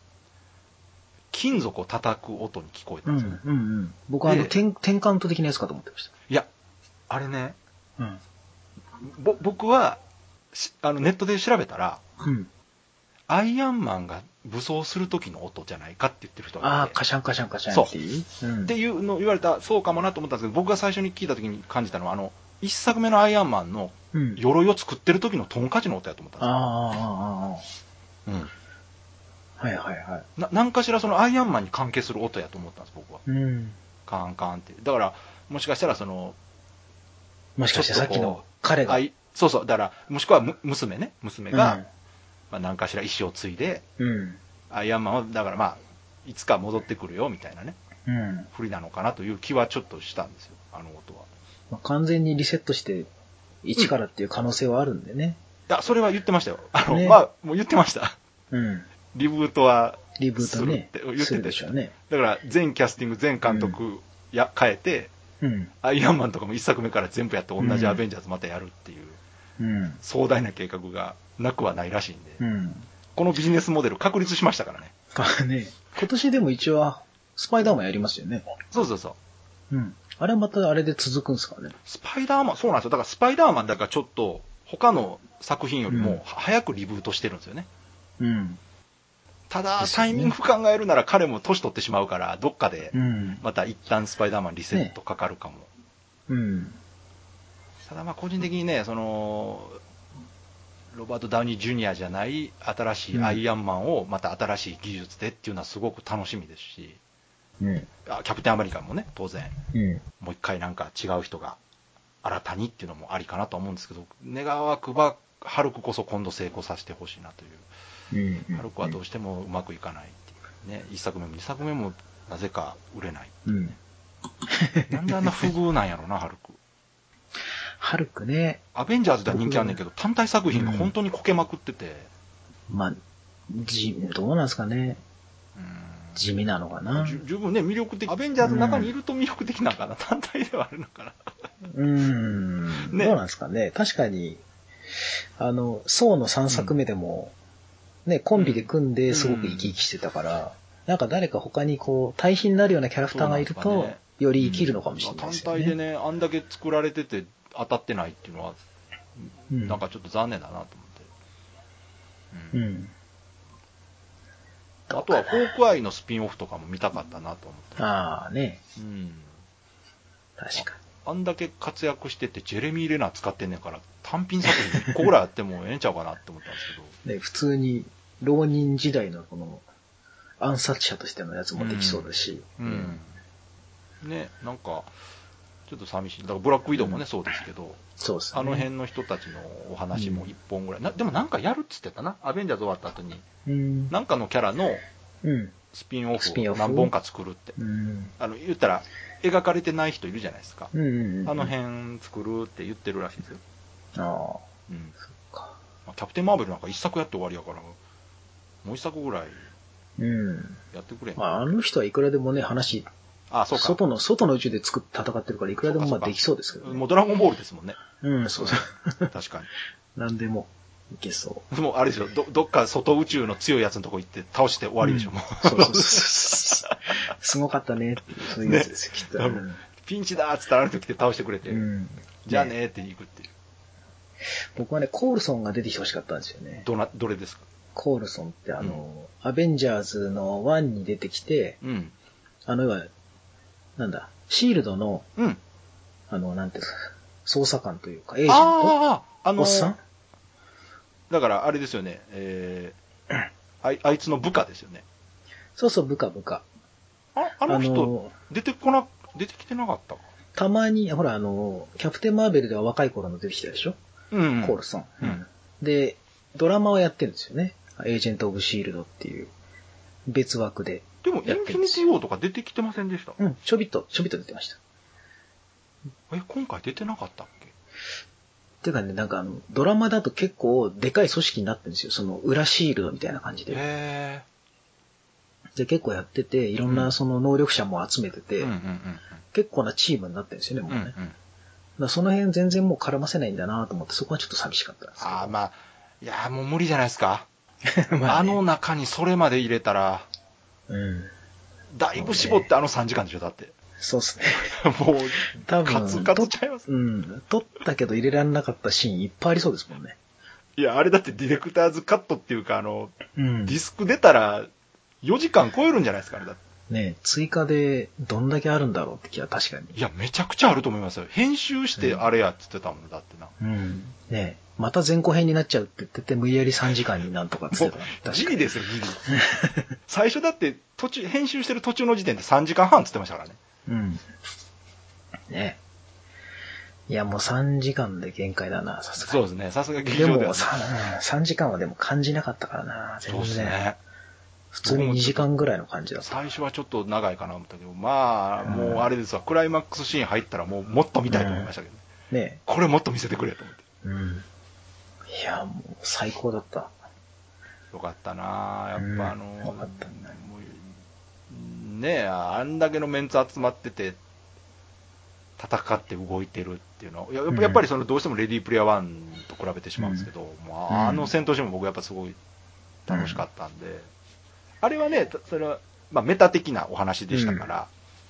[SPEAKER 2] 金属を叩く音に聞こえた
[SPEAKER 1] うんん、
[SPEAKER 2] で
[SPEAKER 1] う
[SPEAKER 2] す
[SPEAKER 1] ん、
[SPEAKER 2] よね。
[SPEAKER 1] うん。僕はあの、
[SPEAKER 2] で
[SPEAKER 1] テン、テンカウント的なやつかと思ってまし
[SPEAKER 2] いや、あれね、
[SPEAKER 1] た。うん。
[SPEAKER 2] ぼ僕はしあのネットで調べたら、
[SPEAKER 1] うん。
[SPEAKER 2] アイアンマンが武装する時の音じゃないかって言ってる人
[SPEAKER 1] あ
[SPEAKER 2] が
[SPEAKER 1] あ
[SPEAKER 2] い、て。
[SPEAKER 1] カシャンカシャンカシャンっていう。うん。
[SPEAKER 2] っていうのを言われた、そうかもなと思ったんですけど、僕が最初に聞いた時に感じたのは、あの、一作目のアイアンマンの
[SPEAKER 1] うん、
[SPEAKER 2] 鎧を作ってる時のトンカチの音やと思ったん
[SPEAKER 1] ああ、
[SPEAKER 2] で
[SPEAKER 1] ああ、あ
[SPEAKER 2] すよ。うん
[SPEAKER 1] あ。はいはいはい。
[SPEAKER 2] な何かしらそのアイアンマンに関係する音やと思ったんです、僕は。
[SPEAKER 1] うん。
[SPEAKER 2] カンカンって。だから、もしかしたらその、
[SPEAKER 1] もしかして
[SPEAKER 2] ちょ
[SPEAKER 1] さっ
[SPEAKER 2] っとこう
[SPEAKER 1] きの彼が。
[SPEAKER 2] あいそうそう、だから、もしくはむ娘ね、娘が、まあ、何かしら意思を継いで、
[SPEAKER 1] うん。
[SPEAKER 2] アイアンマンは、だからまあ、いつか戻ってくるよみたいなね、
[SPEAKER 1] うん。うん
[SPEAKER 2] 不利なのかなという気はちょっとしたんですよ、あの音は。
[SPEAKER 1] まあ、完全にリセットして、一からっていう可能性はあるんでね。
[SPEAKER 2] いや、それは言ってましたよ。あの、
[SPEAKER 1] ね
[SPEAKER 2] まあ、もう言ってました。
[SPEAKER 1] うん。
[SPEAKER 2] リブートは、
[SPEAKER 1] リブートね
[SPEAKER 2] するって言ってたよ。
[SPEAKER 1] するでしょうね。
[SPEAKER 2] だから全キャスティング、全監督や、変えて、
[SPEAKER 1] うん。
[SPEAKER 2] アイアンマンとかも一作目から全部やって同じアベンジャーズまたやるっていう
[SPEAKER 1] うん。
[SPEAKER 2] 壮大な計画がなくはないらしいんで、
[SPEAKER 1] うん。
[SPEAKER 2] このビジネスモデル確立しましたからね。
[SPEAKER 1] まあね、今年でも一応、スパイダーマンやりますよね。
[SPEAKER 2] そうそうそう。
[SPEAKER 1] うん。あれはまたあれで続くんですからね。
[SPEAKER 2] スパイダーマン、そうなんですよ。だからスパイダーマンだからちょっと他の作品より
[SPEAKER 1] うん
[SPEAKER 2] も早くリブートしてるんですよね。
[SPEAKER 1] うん。
[SPEAKER 2] ただ、
[SPEAKER 1] ですよ
[SPEAKER 2] タ
[SPEAKER 1] ね
[SPEAKER 2] イミング考えるなら彼も年取ってしまうから、どっかで
[SPEAKER 1] うん。
[SPEAKER 2] また一旦スパイダーマンリセットかかるかも。
[SPEAKER 1] うん。
[SPEAKER 2] ただまあ個人的にね、その、ロバート・ダウニー・ジュニアじゃない新しいアイアンマンをまた新しい技術でっていうのはすごく楽しみですし、
[SPEAKER 1] ね。
[SPEAKER 2] あキャプテンアメリカもね、当然、
[SPEAKER 1] うん。
[SPEAKER 2] もう一回なんか違う人が新たにっていうのもありかなとは思うんですけど、願わくば、ハルクこそ今度成功させてほしいなという、
[SPEAKER 1] うん。
[SPEAKER 2] ハルクはどうしてもうまくいかないっていうね、一作目も二作目もなぜか売れない。
[SPEAKER 1] うん。
[SPEAKER 2] なんであんな不遇なんや ろな、ハルク。
[SPEAKER 1] ハルクね、
[SPEAKER 2] アベンジャーズでは人気あんねんけど、単体作品が本当にこけまくってて、
[SPEAKER 1] まあ、じ、どうなんですかね。
[SPEAKER 2] うん
[SPEAKER 1] 地味なのかな
[SPEAKER 2] じ。ゅ十分ね、魅力的。アベンジャーズの中にいると魅力的なんかな。単体ではあるのかな。
[SPEAKER 1] うん。
[SPEAKER 2] ね
[SPEAKER 1] どうなんですかね。確かに、あの、ソーの3作目でも、ね、コンビで組ん
[SPEAKER 2] う
[SPEAKER 1] で
[SPEAKER 2] ん
[SPEAKER 1] すごく生き生きしてたから、なんか誰か他にこう、対比になるようなキャラクターがいる
[SPEAKER 2] そうなん
[SPEAKER 1] と
[SPEAKER 2] ですかね、
[SPEAKER 1] より生きるのかもしれない
[SPEAKER 2] 単
[SPEAKER 1] ですよね。
[SPEAKER 2] 体でね、あんだけ作られてて当たってないっていうのは、
[SPEAKER 1] うん
[SPEAKER 2] なんかちょっと残念だなと思って。
[SPEAKER 1] う
[SPEAKER 2] うん
[SPEAKER 1] ん。
[SPEAKER 2] あとは、ホークアイのスピンオフとかも見たかったなと思って。
[SPEAKER 1] ああね、
[SPEAKER 2] うん。
[SPEAKER 1] 確か
[SPEAKER 2] あんだけ活躍してて、ジェレミー・レナー使ってんねんから、単品作品1個ぐらいあってもええんちゃうかなって思ったんですけど。
[SPEAKER 1] に。ね、普通に、浪人時代のこの、暗殺者としてのやつもできそうだし。
[SPEAKER 2] ね、なんか、ちょっと寂しい。だから、ブラックウィドウもね、そうですけど、
[SPEAKER 1] そうですね。
[SPEAKER 2] あの辺の人たちのお話も1本ぐらい。なでもなんかやるっつってたな。アベンジャーズ終わった後に、
[SPEAKER 1] うん。
[SPEAKER 2] なんかのキャラの
[SPEAKER 1] うん。
[SPEAKER 2] スピンオフ
[SPEAKER 1] スピンオ
[SPEAKER 2] を
[SPEAKER 1] フ
[SPEAKER 2] 何本か作るって。
[SPEAKER 1] うん。
[SPEAKER 2] あの、言ったら、描かれてない人いるじゃないですか。
[SPEAKER 1] うんうんうん。
[SPEAKER 2] あの。辺作るって言ってるらしいですよ。
[SPEAKER 1] あ
[SPEAKER 2] うん。
[SPEAKER 1] あ。か
[SPEAKER 2] まあキャプテン・マーベルなんか1作やって終わりやから、もう1作ぐらい
[SPEAKER 1] うん。
[SPEAKER 2] やってくれん。
[SPEAKER 1] まあ、あの人はいくらでもね、話、
[SPEAKER 2] あ、そうか。
[SPEAKER 1] 外の、外の宇宙で作っ戦ってるから、いくらでもま
[SPEAKER 2] そ
[SPEAKER 1] あ
[SPEAKER 2] うかそうか
[SPEAKER 1] できそうですけど
[SPEAKER 2] も
[SPEAKER 1] ね。
[SPEAKER 2] うドラゴンボールで すもんね。
[SPEAKER 1] うん、そうそう。
[SPEAKER 2] 確か
[SPEAKER 1] なんでも、いけそ
[SPEAKER 2] に。もうあれですよ、ど、どっか外宇宙の強いやつのとこ行って倒して終わりでしょ、
[SPEAKER 1] うん
[SPEAKER 2] もう。
[SPEAKER 1] う。そうそうそうそう。すごかったねっていう、そういうやつですよ、きっと。
[SPEAKER 2] 多分 ピンチだーっつったらあの時来て倒してくれて、
[SPEAKER 1] うん。
[SPEAKER 2] じゃあねーって行くっていう。
[SPEAKER 1] 僕はね、コールソンが出てきてほしかったんですよね。
[SPEAKER 2] どな、どれですか
[SPEAKER 1] コールソンってあの、アベンジャーズの1に出てきて、
[SPEAKER 2] うん。
[SPEAKER 1] あの、要は、なんだ、シールドの、
[SPEAKER 2] うん。
[SPEAKER 1] あの、なんていうんですか、捜査官というか、エージェン
[SPEAKER 2] ああ、あ
[SPEAKER 1] トお
[SPEAKER 2] の
[SPEAKER 1] っ、さん
[SPEAKER 2] だからあれですよね、えー、あいあいつの部下ですよね。
[SPEAKER 1] そうそう、部下部下。
[SPEAKER 2] ああの人、
[SPEAKER 1] の
[SPEAKER 2] 出てこな、出てきてなかったか。
[SPEAKER 1] たまに、ほら、あの、キャプテン・マーベルでは若い頃の出てきたでしょ、
[SPEAKER 2] うん
[SPEAKER 1] コールソン、
[SPEAKER 2] うん
[SPEAKER 1] で、ドラマをやってるんですよね。エージェント・オブ・シールドっていう、別枠で。
[SPEAKER 2] でも、インフ
[SPEAKER 1] やって
[SPEAKER 2] ィ
[SPEAKER 1] ま
[SPEAKER 2] ニ
[SPEAKER 1] す
[SPEAKER 2] ティ・ウォーとか出てきてませんでした。
[SPEAKER 1] うん、ちょびっと、ちょびっと出てました。
[SPEAKER 2] え、今回出てなかったっけ
[SPEAKER 1] ていうかね、なんかあの、ドラマだと結構でかい組織になってるんですよ。その裏シールドみたいな感じで。
[SPEAKER 2] へ
[SPEAKER 1] で、結構やってて、いろん
[SPEAKER 2] うん
[SPEAKER 1] なその能力者も集めてて、
[SPEAKER 2] え。うんうん
[SPEAKER 1] 結構なチームになってるんですよね、も
[SPEAKER 2] う
[SPEAKER 1] うん
[SPEAKER 2] うん。
[SPEAKER 1] ね。
[SPEAKER 2] うんうん。
[SPEAKER 1] だからその辺全然もう絡ませないんだなと思って、そこはちょっと寂しかったんですけど。
[SPEAKER 2] ああ、まあ、いやーもう無理じゃないです か。
[SPEAKER 1] ま
[SPEAKER 2] あ
[SPEAKER 1] あね
[SPEAKER 2] の中にそれまで入れたら、
[SPEAKER 1] うん。
[SPEAKER 2] だいぶ絞ってあの3時間でしょ、だって。
[SPEAKER 1] そうっすね。
[SPEAKER 2] もう、
[SPEAKER 1] 多分
[SPEAKER 2] カツカツちゃいます。
[SPEAKER 1] うん。撮ったけど入れられなかったシーンいっぱいありそうですもんね。
[SPEAKER 2] いや、あれだってディレクターズカットっていうか、あの、
[SPEAKER 1] うん
[SPEAKER 2] ディスク出たら、4時間超えるんじゃないですかね、だって。
[SPEAKER 1] ね追加でどんだけあるんだろうって気は確かに。
[SPEAKER 2] いや、めちゃくちゃあると思いますよ。編集してあれやって言ってたもんだってな。
[SPEAKER 1] うん。ねまた前後編になっちゃうって言ってて、無理やり3時間になんとかっつ
[SPEAKER 2] も
[SPEAKER 1] っ
[SPEAKER 2] う
[SPEAKER 1] てた。確
[SPEAKER 2] ギ
[SPEAKER 1] か
[SPEAKER 2] リ
[SPEAKER 1] に。
[SPEAKER 2] ですよ、ギリ。 最初だって、途中、編集してる途中の時点で3時間半っつってましたからね。
[SPEAKER 1] うん。ねいや、もう3時間で限界だな、さすが
[SPEAKER 2] そう
[SPEAKER 1] に。
[SPEAKER 2] ですね、さすが劇
[SPEAKER 1] で
[SPEAKER 2] 場で
[SPEAKER 1] も
[SPEAKER 2] は。
[SPEAKER 1] 3、3時間はでも感じなかったからな、全
[SPEAKER 2] そうです
[SPEAKER 1] 然。
[SPEAKER 2] ね。
[SPEAKER 1] 普通に2時間ぐらいの感じだった。
[SPEAKER 2] 最初はちょっと長いかなと思ったけど、まあ、
[SPEAKER 1] うん
[SPEAKER 2] もうあれですわ、クライマックスシーン入ったら、もうもっと見たいと思いましたけどね、
[SPEAKER 1] ね
[SPEAKER 2] これもっと見せてくれと思って。
[SPEAKER 1] うん。いや、もう最高だった。
[SPEAKER 2] よかったなあやっぱあの、
[SPEAKER 1] うんよかったね
[SPEAKER 2] もうねえ、あんだけのメンツ集まってて、戦って動いてるっていうのは、ややっぱ
[SPEAKER 1] うん
[SPEAKER 2] やっぱりそのどうしてもレディープレイヤー1と比べてしまうんですけど、ま
[SPEAKER 1] うん
[SPEAKER 2] あ、あの戦闘シーンも僕やっぱすごい楽しかったんで、あれはね、たそれは、まあ、メタ的なお話でしたから、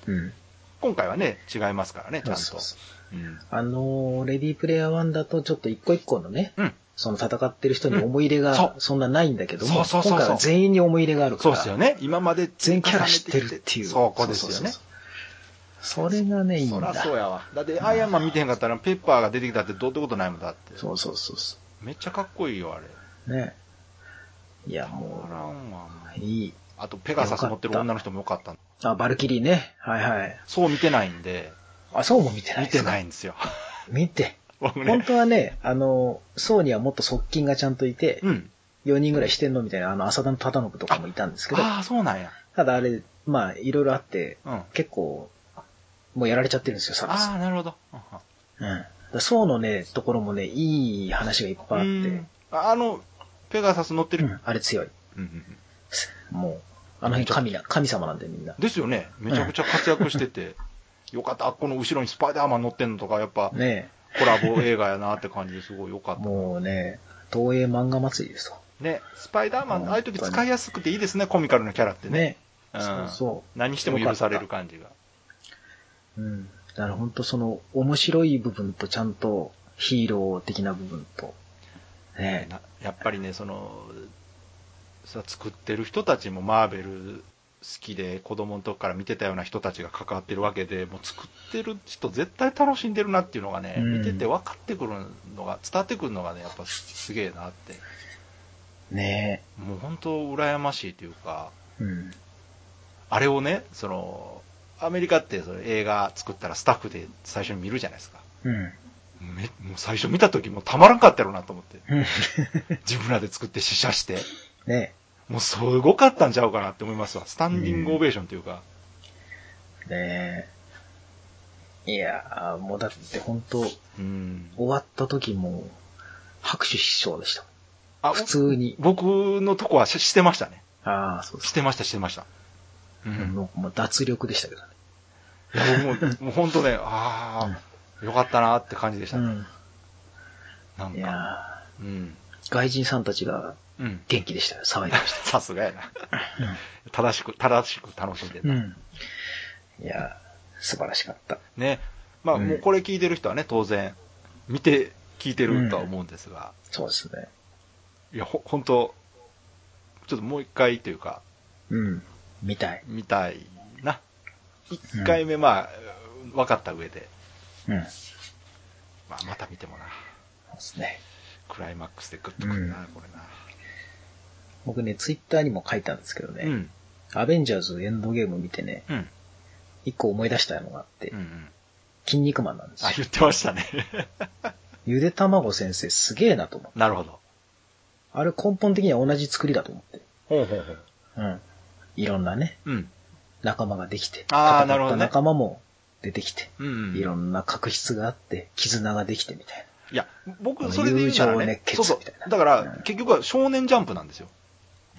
[SPEAKER 1] うん。
[SPEAKER 2] 今回はね、違いますからね、ちゃん
[SPEAKER 1] そ
[SPEAKER 2] と
[SPEAKER 1] うそう。
[SPEAKER 2] うん
[SPEAKER 1] あのーレディープレイヤー1だとちょっと一個一個のね、
[SPEAKER 2] うん
[SPEAKER 1] その戦ってる人に思い入れ
[SPEAKER 2] うん
[SPEAKER 1] がそんなないんだけども、
[SPEAKER 2] そうそうそうそう
[SPEAKER 1] 今回は全員に思い入れがあるか
[SPEAKER 2] そう
[SPEAKER 1] ら、
[SPEAKER 2] ですよね。今まで
[SPEAKER 1] 全キャラ知ってるっていう。
[SPEAKER 2] そうこうですよね。
[SPEAKER 1] そうそうそうそれがね、いいん
[SPEAKER 2] そり
[SPEAKER 1] だ。
[SPEAKER 2] ゃそうやわ。だって、アイアンマン見てへんかったら、ペッパーが出てきたってどうってことないもんだって。
[SPEAKER 1] そうそうそうそ
[SPEAKER 2] めっちゃかっこいいよ、あれ。
[SPEAKER 1] う。ね。いや、
[SPEAKER 2] た
[SPEAKER 1] も
[SPEAKER 2] まらんわ。
[SPEAKER 1] う、いい。
[SPEAKER 2] あと、ペガサス持ってる女の人もよかった。
[SPEAKER 1] あ、バルキリーね。はいはい。
[SPEAKER 2] そう見てないんで、
[SPEAKER 1] あ、そうも見てない
[SPEAKER 2] 見
[SPEAKER 1] です
[SPEAKER 2] て
[SPEAKER 1] か
[SPEAKER 2] ないんですよ。
[SPEAKER 1] 見て。
[SPEAKER 2] 僕
[SPEAKER 1] 本
[SPEAKER 2] ね。
[SPEAKER 1] 当はね、あの、層にはもっと側近がちゃんといて、
[SPEAKER 2] うん。
[SPEAKER 1] 4人ぐらいしてんのみたいな、あの、浅田忠信とかもいたんですけど、
[SPEAKER 2] ああ、そうなんや。
[SPEAKER 1] ただあれ、まあ、いろいろあって、
[SPEAKER 2] うん。あ
[SPEAKER 1] 結構、もうやられちゃってるんですよ、サービス
[SPEAKER 2] あー、なるほど。うんうん
[SPEAKER 1] うん。だから層のね、ところもね、いい話がいっぱいあっ
[SPEAKER 2] う
[SPEAKER 1] て
[SPEAKER 2] ん、ああの、ペガサス乗って
[SPEAKER 1] う
[SPEAKER 2] る。
[SPEAKER 1] ん、あれ強い。
[SPEAKER 2] うんうんうん
[SPEAKER 1] もう、あの辺神な、神様なんでみんな。
[SPEAKER 2] ですよね。めちゃくちゃ活躍してて。よかった。あこの後ろにスパイダーマン乗ってんのとか、やっぱ、
[SPEAKER 1] ね
[SPEAKER 2] コラボ映画やなって感じですごい良か
[SPEAKER 1] え
[SPEAKER 2] った。
[SPEAKER 1] もうね、東映漫画祭りですと。
[SPEAKER 2] ね、スパイダーマン、ああいう時
[SPEAKER 1] 本当に
[SPEAKER 2] 使いやすくていいですね、コミカルなキャラってね。
[SPEAKER 1] ね
[SPEAKER 2] う
[SPEAKER 1] え、
[SPEAKER 2] ん、
[SPEAKER 1] そうそ
[SPEAKER 2] 何しても許される感じが。
[SPEAKER 1] う。うん。だから本当その、面白い部分とちゃんとヒーロー的な部分と、ね
[SPEAKER 2] なやっぱりね、その、さ作ってる人たちもマーベル好きで、子供の時から見てたような人たちが関わってるわけで、もう作ってる人絶対楽しんでるなっていうのがね、
[SPEAKER 1] うん
[SPEAKER 2] 見てて分かってくるのが、伝わってくるのがね、やっぱすげえなって。
[SPEAKER 1] え、ね
[SPEAKER 2] もう本当羨ましいというか、
[SPEAKER 1] え、うん。
[SPEAKER 2] あれをね、その、アメリカってその映画作ったらスタッフで最初に見るじゃないですか。
[SPEAKER 1] うん。
[SPEAKER 2] めもう最初見た時もうたまらんかったやろなと思って。
[SPEAKER 1] うん
[SPEAKER 2] 自分らで作って試写して。
[SPEAKER 1] ね
[SPEAKER 2] もうすごかったんちゃうかなって思いますわ。スタンディングオベーションというか。
[SPEAKER 1] え、ねえ。いやー、もうだって本当
[SPEAKER 2] うん。
[SPEAKER 1] 終わった時も、拍手必勝でした。
[SPEAKER 2] あ、
[SPEAKER 1] 普通に。
[SPEAKER 2] 僕のとこはししてましたね。
[SPEAKER 1] ああ、そうで
[SPEAKER 2] し
[SPEAKER 1] す。
[SPEAKER 2] てました、してました。うん。
[SPEAKER 1] もうもう脱力でしたけどね。
[SPEAKER 2] いや、僕も、もう本当ね、ああ、よかったなって感じでしたね。なん
[SPEAKER 1] い
[SPEAKER 2] か。
[SPEAKER 1] や
[SPEAKER 2] うん。
[SPEAKER 1] ー外人さんたちが
[SPEAKER 2] うん。
[SPEAKER 1] 元気でしたよ。騒いでまし
[SPEAKER 2] さすがやな。正しく、正しく楽しんで
[SPEAKER 1] た。
[SPEAKER 2] た。
[SPEAKER 1] いやー素晴らしかった。
[SPEAKER 2] ね。まあ、
[SPEAKER 1] うん
[SPEAKER 2] もうこれ聞いてる人はね、当然、見て、聞いてるとは思うんですが。
[SPEAKER 1] そうですね。
[SPEAKER 2] いや、ほ、本当ちょっともう一回というか、
[SPEAKER 1] うん。見たい。
[SPEAKER 2] 見たいな。一回目、まあ、分かった上で、
[SPEAKER 1] うん。
[SPEAKER 2] まあ、また見てもな。
[SPEAKER 1] そうですね。
[SPEAKER 2] クライマックスでグッとくるな、
[SPEAKER 1] うん
[SPEAKER 2] これ
[SPEAKER 1] 僕ね、ツイッターにも書いたんですけどね、
[SPEAKER 2] な。うん。
[SPEAKER 1] アベンジャーズエンドゲーム見てね、
[SPEAKER 2] うん。
[SPEAKER 1] 一個思い出したのがあって、
[SPEAKER 2] うんうん。
[SPEAKER 1] 筋肉マンなんです
[SPEAKER 2] あ、
[SPEAKER 1] よ。
[SPEAKER 2] 言ってましたね。
[SPEAKER 1] ゆで卵先生すげえなと思って。
[SPEAKER 2] なるほど。
[SPEAKER 1] あれ根本的には同じ作りだと思って。
[SPEAKER 2] ほうほうほう。
[SPEAKER 1] うん。いろんなね、
[SPEAKER 2] うん。
[SPEAKER 1] 仲間ができて、
[SPEAKER 2] あー
[SPEAKER 1] 戦
[SPEAKER 2] なるほ
[SPEAKER 1] っ
[SPEAKER 2] ど
[SPEAKER 1] た
[SPEAKER 2] ね
[SPEAKER 1] 仲間も出てきて、
[SPEAKER 2] うん
[SPEAKER 1] いろんな確執があって、絆ができてみたい
[SPEAKER 2] いや、僕、それで言うなら
[SPEAKER 1] 友情
[SPEAKER 2] ね
[SPEAKER 1] 熱、血
[SPEAKER 2] そうそう
[SPEAKER 1] みたい。な
[SPEAKER 2] だから
[SPEAKER 1] うん、
[SPEAKER 2] 結局は少年ジャンプなんですよ。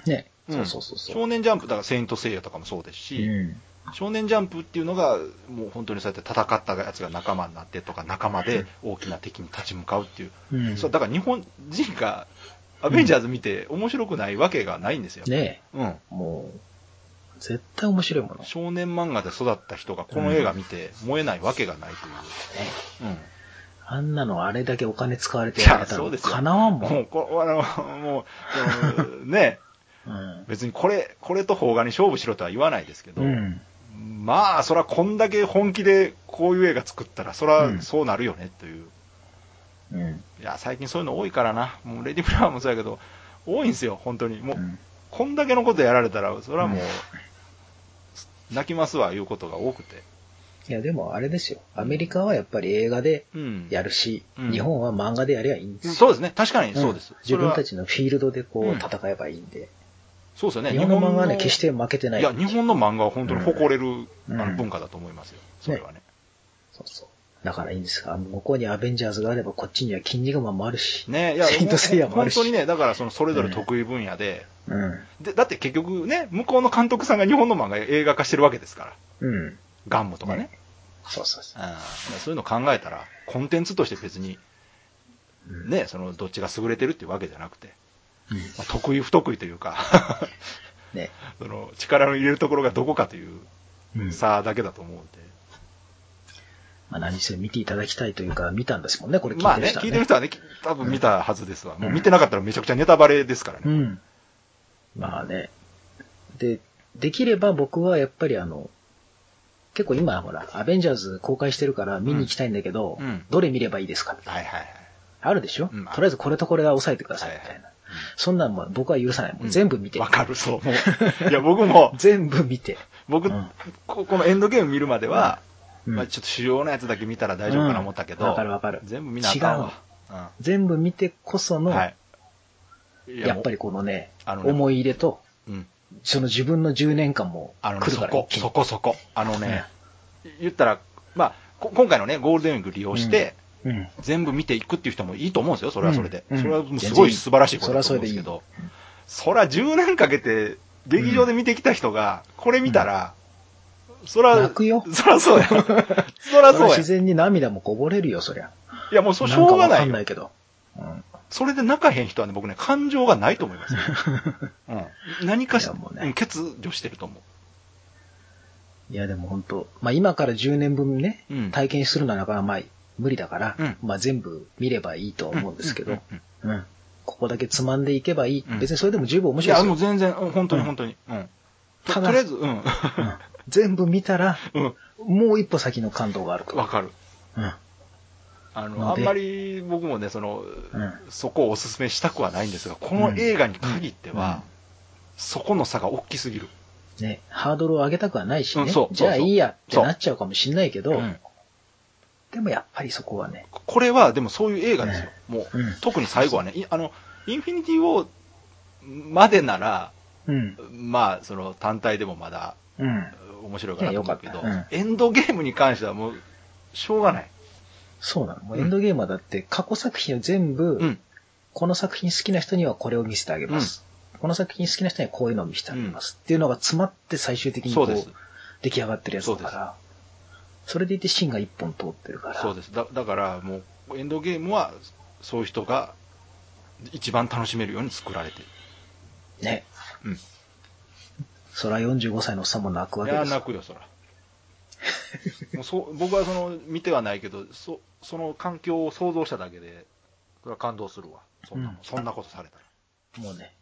[SPEAKER 1] な。ね。
[SPEAKER 2] うん
[SPEAKER 1] そうそうそうそう。
[SPEAKER 2] 少年ジャンプ、だから、セイント・セイヤとかもそうで
[SPEAKER 1] う
[SPEAKER 2] すし、
[SPEAKER 1] ん。
[SPEAKER 2] 少年ジャンプっていうのが、もう本当にそうやって戦ったやつが仲間になってとか、仲間で大きな敵に立ち向かうっていう。
[SPEAKER 1] うん。
[SPEAKER 2] そう、だから日本人が、アベンジャーズ見て面白くないわけがないんですよ。
[SPEAKER 1] ね
[SPEAKER 2] うん。
[SPEAKER 1] えもう、絶対面白いもの。ね
[SPEAKER 2] 少年漫画で育った人がこの映画見て燃えないわけがないという。うん。
[SPEAKER 1] あんなのあれだけお金使われて
[SPEAKER 2] いや
[SPEAKER 1] やれた
[SPEAKER 2] そう
[SPEAKER 1] ら、
[SPEAKER 2] ですよ
[SPEAKER 1] かなわんもん。
[SPEAKER 2] もう、こあの、もう、そのね、
[SPEAKER 1] うん。
[SPEAKER 2] 別にこれ、これと邦画に勝負しろとは言わないですけど、
[SPEAKER 1] うん。
[SPEAKER 2] まあ、そらこんだけ本気でこういう映画作ったら、そら
[SPEAKER 1] うん
[SPEAKER 2] そうなるよねという。
[SPEAKER 1] うん。
[SPEAKER 2] いや、最近そういうの多いからな。もう、レディ・ブラワーもそうやけど、多いんですよ、本当に。も
[SPEAKER 1] う
[SPEAKER 2] う、
[SPEAKER 1] ん
[SPEAKER 2] こんだけのことやられたら、そらもう
[SPEAKER 1] うん、
[SPEAKER 2] 泣きますわ、いうことが多くて。
[SPEAKER 1] いや、でもあれですよ。アメリカはやっぱり映画で
[SPEAKER 2] うん。
[SPEAKER 1] やるし、
[SPEAKER 2] うん
[SPEAKER 1] 日本は漫画でやりゃいいんですよ。
[SPEAKER 2] そうですね、確かにそうです。
[SPEAKER 1] ん自分た
[SPEAKER 2] ち。
[SPEAKER 1] ちのフィールドでこ
[SPEAKER 2] う
[SPEAKER 1] うん戦えばいいんで。
[SPEAKER 2] そうですよね、
[SPEAKER 1] 日本の漫画はね、
[SPEAKER 2] の
[SPEAKER 1] 決して負けてない。
[SPEAKER 2] いや、日本の漫画は本当に誇れる、あ
[SPEAKER 1] う
[SPEAKER 2] の
[SPEAKER 1] ん
[SPEAKER 2] 文化だと思いますよ、それはね。
[SPEAKER 1] そうそう。だからいいんですが、向こうにアベンジャーズがあれば、こっちにはキン肉マンもあるし。
[SPEAKER 2] ねいや、
[SPEAKER 1] セイントセイヤもあ
[SPEAKER 2] 本
[SPEAKER 1] るし
[SPEAKER 2] 当にね、だからそのそれぞれ得意分野で,、
[SPEAKER 1] うん。
[SPEAKER 2] で、だって結局ね、向こうの監督さんが日本の漫画映画化してるわけですから、
[SPEAKER 1] うん。
[SPEAKER 2] ガンムとかね、
[SPEAKER 1] そうそうそ
[SPEAKER 2] うんそういうの考えたら、コンテンツとして別に、
[SPEAKER 1] う。うん。
[SPEAKER 2] ね、そのどっちが優れてるっていうわけじゃなくて、
[SPEAKER 1] うん
[SPEAKER 2] まあ得意、不得意というか
[SPEAKER 1] ね。
[SPEAKER 2] その、力の入れるところがどこかという
[SPEAKER 1] うん。
[SPEAKER 2] 差だけだと思うんで。
[SPEAKER 1] まあ何せ見ていただきたいというか、見たんですもんね、これ聞
[SPEAKER 2] ま
[SPEAKER 1] い
[SPEAKER 2] あ
[SPEAKER 1] てる
[SPEAKER 2] ね、
[SPEAKER 1] 人は
[SPEAKER 2] 聞
[SPEAKER 1] ね。
[SPEAKER 2] いてる人はね、き多分見たはずですわ。もう
[SPEAKER 1] うん
[SPEAKER 2] 見てなかったらめちゃくちゃネタバレですからね。
[SPEAKER 1] うん。まあね。で、できれば僕はやっぱりあの、結構今ほら、アベンジャーズ公開してるから見に行きたいんだけど、
[SPEAKER 2] うん
[SPEAKER 1] どれ見ればいいですかみたいな
[SPEAKER 2] はいはいはい。
[SPEAKER 1] あるでしょ、
[SPEAKER 2] うん
[SPEAKER 1] とりあえずこれとこれは押さえてくださいみたいな。
[SPEAKER 2] はいはい
[SPEAKER 1] そんなんもう僕は許さない。も
[SPEAKER 2] う
[SPEAKER 1] うん全部見て。
[SPEAKER 2] わかる、そう。もういや、僕も、
[SPEAKER 1] 全部見 て。
[SPEAKER 2] 僕、
[SPEAKER 1] うん
[SPEAKER 2] ここのエンドゲーム見るまでは、
[SPEAKER 1] うん
[SPEAKER 2] まあ、ちょっと主要なやつだけ見たら大丈夫かな思ったけど、
[SPEAKER 1] うんわかるわかる
[SPEAKER 2] 全部見なあかんわ。
[SPEAKER 1] 全部見てこそ
[SPEAKER 2] う
[SPEAKER 1] の、
[SPEAKER 2] ん。はい。い
[SPEAKER 1] やっぱ
[SPEAKER 2] り、
[SPEAKER 1] りこのね、
[SPEAKER 2] あのね
[SPEAKER 1] 思い入れと、
[SPEAKER 2] うん。
[SPEAKER 1] その自分の10年間も
[SPEAKER 2] あの
[SPEAKER 1] 来
[SPEAKER 2] ね、
[SPEAKER 1] る
[SPEAKER 2] そ
[SPEAKER 1] から、
[SPEAKER 2] こ、
[SPEAKER 1] 一気に
[SPEAKER 2] そこそこ。あのね、言ったら、まあ、こ今回のね、ゴールデンウィーク利用して、
[SPEAKER 1] うん。
[SPEAKER 2] 全部見ていくっていう人もいいと思うんですよ、それはそれで。
[SPEAKER 1] うんうん
[SPEAKER 2] それはもうすごい素晴らしいことだと思うんですけど、そら10年かけて、劇場で見てきた人が、これ見たら、そら、
[SPEAKER 1] 泣くよ
[SPEAKER 2] そらそ うや。そら
[SPEAKER 1] それ
[SPEAKER 2] そう
[SPEAKER 1] は
[SPEAKER 2] や
[SPEAKER 1] 自。然に涙もこぼれるよ、そりゃ。
[SPEAKER 2] いや、もうそ、し
[SPEAKER 1] ん
[SPEAKER 2] ょ
[SPEAKER 1] か
[SPEAKER 2] うが
[SPEAKER 1] わ
[SPEAKER 2] な
[SPEAKER 1] か
[SPEAKER 2] い
[SPEAKER 1] ん
[SPEAKER 2] よ
[SPEAKER 1] な。いけど。うん
[SPEAKER 2] それで泣かへん人はね、僕ね、感情がないと思 いますよ。うん。何かし
[SPEAKER 1] い
[SPEAKER 2] ら、
[SPEAKER 1] やもうね
[SPEAKER 2] うん欠如してると思
[SPEAKER 1] いや、でも本当まあ今から10年分ね
[SPEAKER 2] うん、
[SPEAKER 1] 体験するのはなかなかまあ無理だから、
[SPEAKER 2] うん
[SPEAKER 1] まあ全部見ればいいとは
[SPEAKER 2] う。
[SPEAKER 1] 思うんですけど、
[SPEAKER 2] ううん
[SPEAKER 1] うんここだけつまんでいけばいい。
[SPEAKER 2] うん
[SPEAKER 1] 別にそれでも十分面
[SPEAKER 2] い
[SPEAKER 1] 白い
[SPEAKER 2] や、
[SPEAKER 1] です
[SPEAKER 2] も
[SPEAKER 1] よ
[SPEAKER 2] う全然、うん本当に
[SPEAKER 1] うん
[SPEAKER 2] 本当に。うん。と
[SPEAKER 1] た
[SPEAKER 2] と
[SPEAKER 1] だ
[SPEAKER 2] りあえず、 うん。
[SPEAKER 1] うん全部見たら、
[SPEAKER 2] うん。
[SPEAKER 1] もう一歩先の感動がある
[SPEAKER 2] わ
[SPEAKER 1] か
[SPEAKER 2] かる。
[SPEAKER 1] ら。
[SPEAKER 2] あの、
[SPEAKER 1] の
[SPEAKER 2] あん
[SPEAKER 1] で
[SPEAKER 2] まり僕もね、その、
[SPEAKER 1] うん
[SPEAKER 2] そこをお勧めしたくはないんですが、この映画に限っては、そこの差が大きすぎる。
[SPEAKER 1] うん。ね、ハードルを上げたくはないし
[SPEAKER 2] うん
[SPEAKER 1] ね
[SPEAKER 2] そう。
[SPEAKER 1] じゃあ
[SPEAKER 2] そうそう
[SPEAKER 1] いいやってなっちゃうかもしんないけど、
[SPEAKER 2] うん
[SPEAKER 1] でもやっぱりそこはね、
[SPEAKER 2] これは、でもそういう映画ですよ。もう、
[SPEAKER 1] うん
[SPEAKER 2] 特に最後はね、いあの、インフィニティ・ウォーまでなら、
[SPEAKER 1] うん。
[SPEAKER 2] まあ、その単体でもまだ
[SPEAKER 1] うん。
[SPEAKER 2] うん面白いかなと思うけど、
[SPEAKER 1] いやよかった
[SPEAKER 2] エンドゲームに関してはもう、しょうがない。
[SPEAKER 1] そうなの。もう
[SPEAKER 2] うん
[SPEAKER 1] エンドゲームはだって過去作品を全部、
[SPEAKER 2] うん。
[SPEAKER 1] この作品好きな人にはこれを見せてあげます。この作品好きな人にはこういうのを見せてあげます。っていうのが詰まって最終的にこ
[SPEAKER 2] そう
[SPEAKER 1] う
[SPEAKER 2] です。
[SPEAKER 1] 出来上がってるやつだから、それでいて芯が一本通ってるから、
[SPEAKER 2] そうです。だだから、もう、エンドゲームは、そういう人が一番楽しめるように作られてる。
[SPEAKER 1] ね。
[SPEAKER 2] うん。
[SPEAKER 1] そら45歳のおっさんも泣くわ
[SPEAKER 2] い
[SPEAKER 1] け
[SPEAKER 2] や、
[SPEAKER 1] ですよ
[SPEAKER 2] 泣くよ、そら。 もうそう僕はその見てはないけどそ、その環境を想像しただけで、それは感動するわ。そんなもん、
[SPEAKER 1] うん
[SPEAKER 2] そんなことされたら。
[SPEAKER 1] もうね、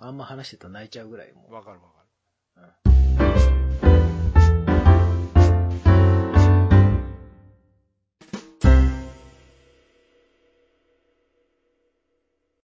[SPEAKER 1] あんま話してたら泣いちゃうぐらいもう
[SPEAKER 2] わかるわかる。
[SPEAKER 1] うん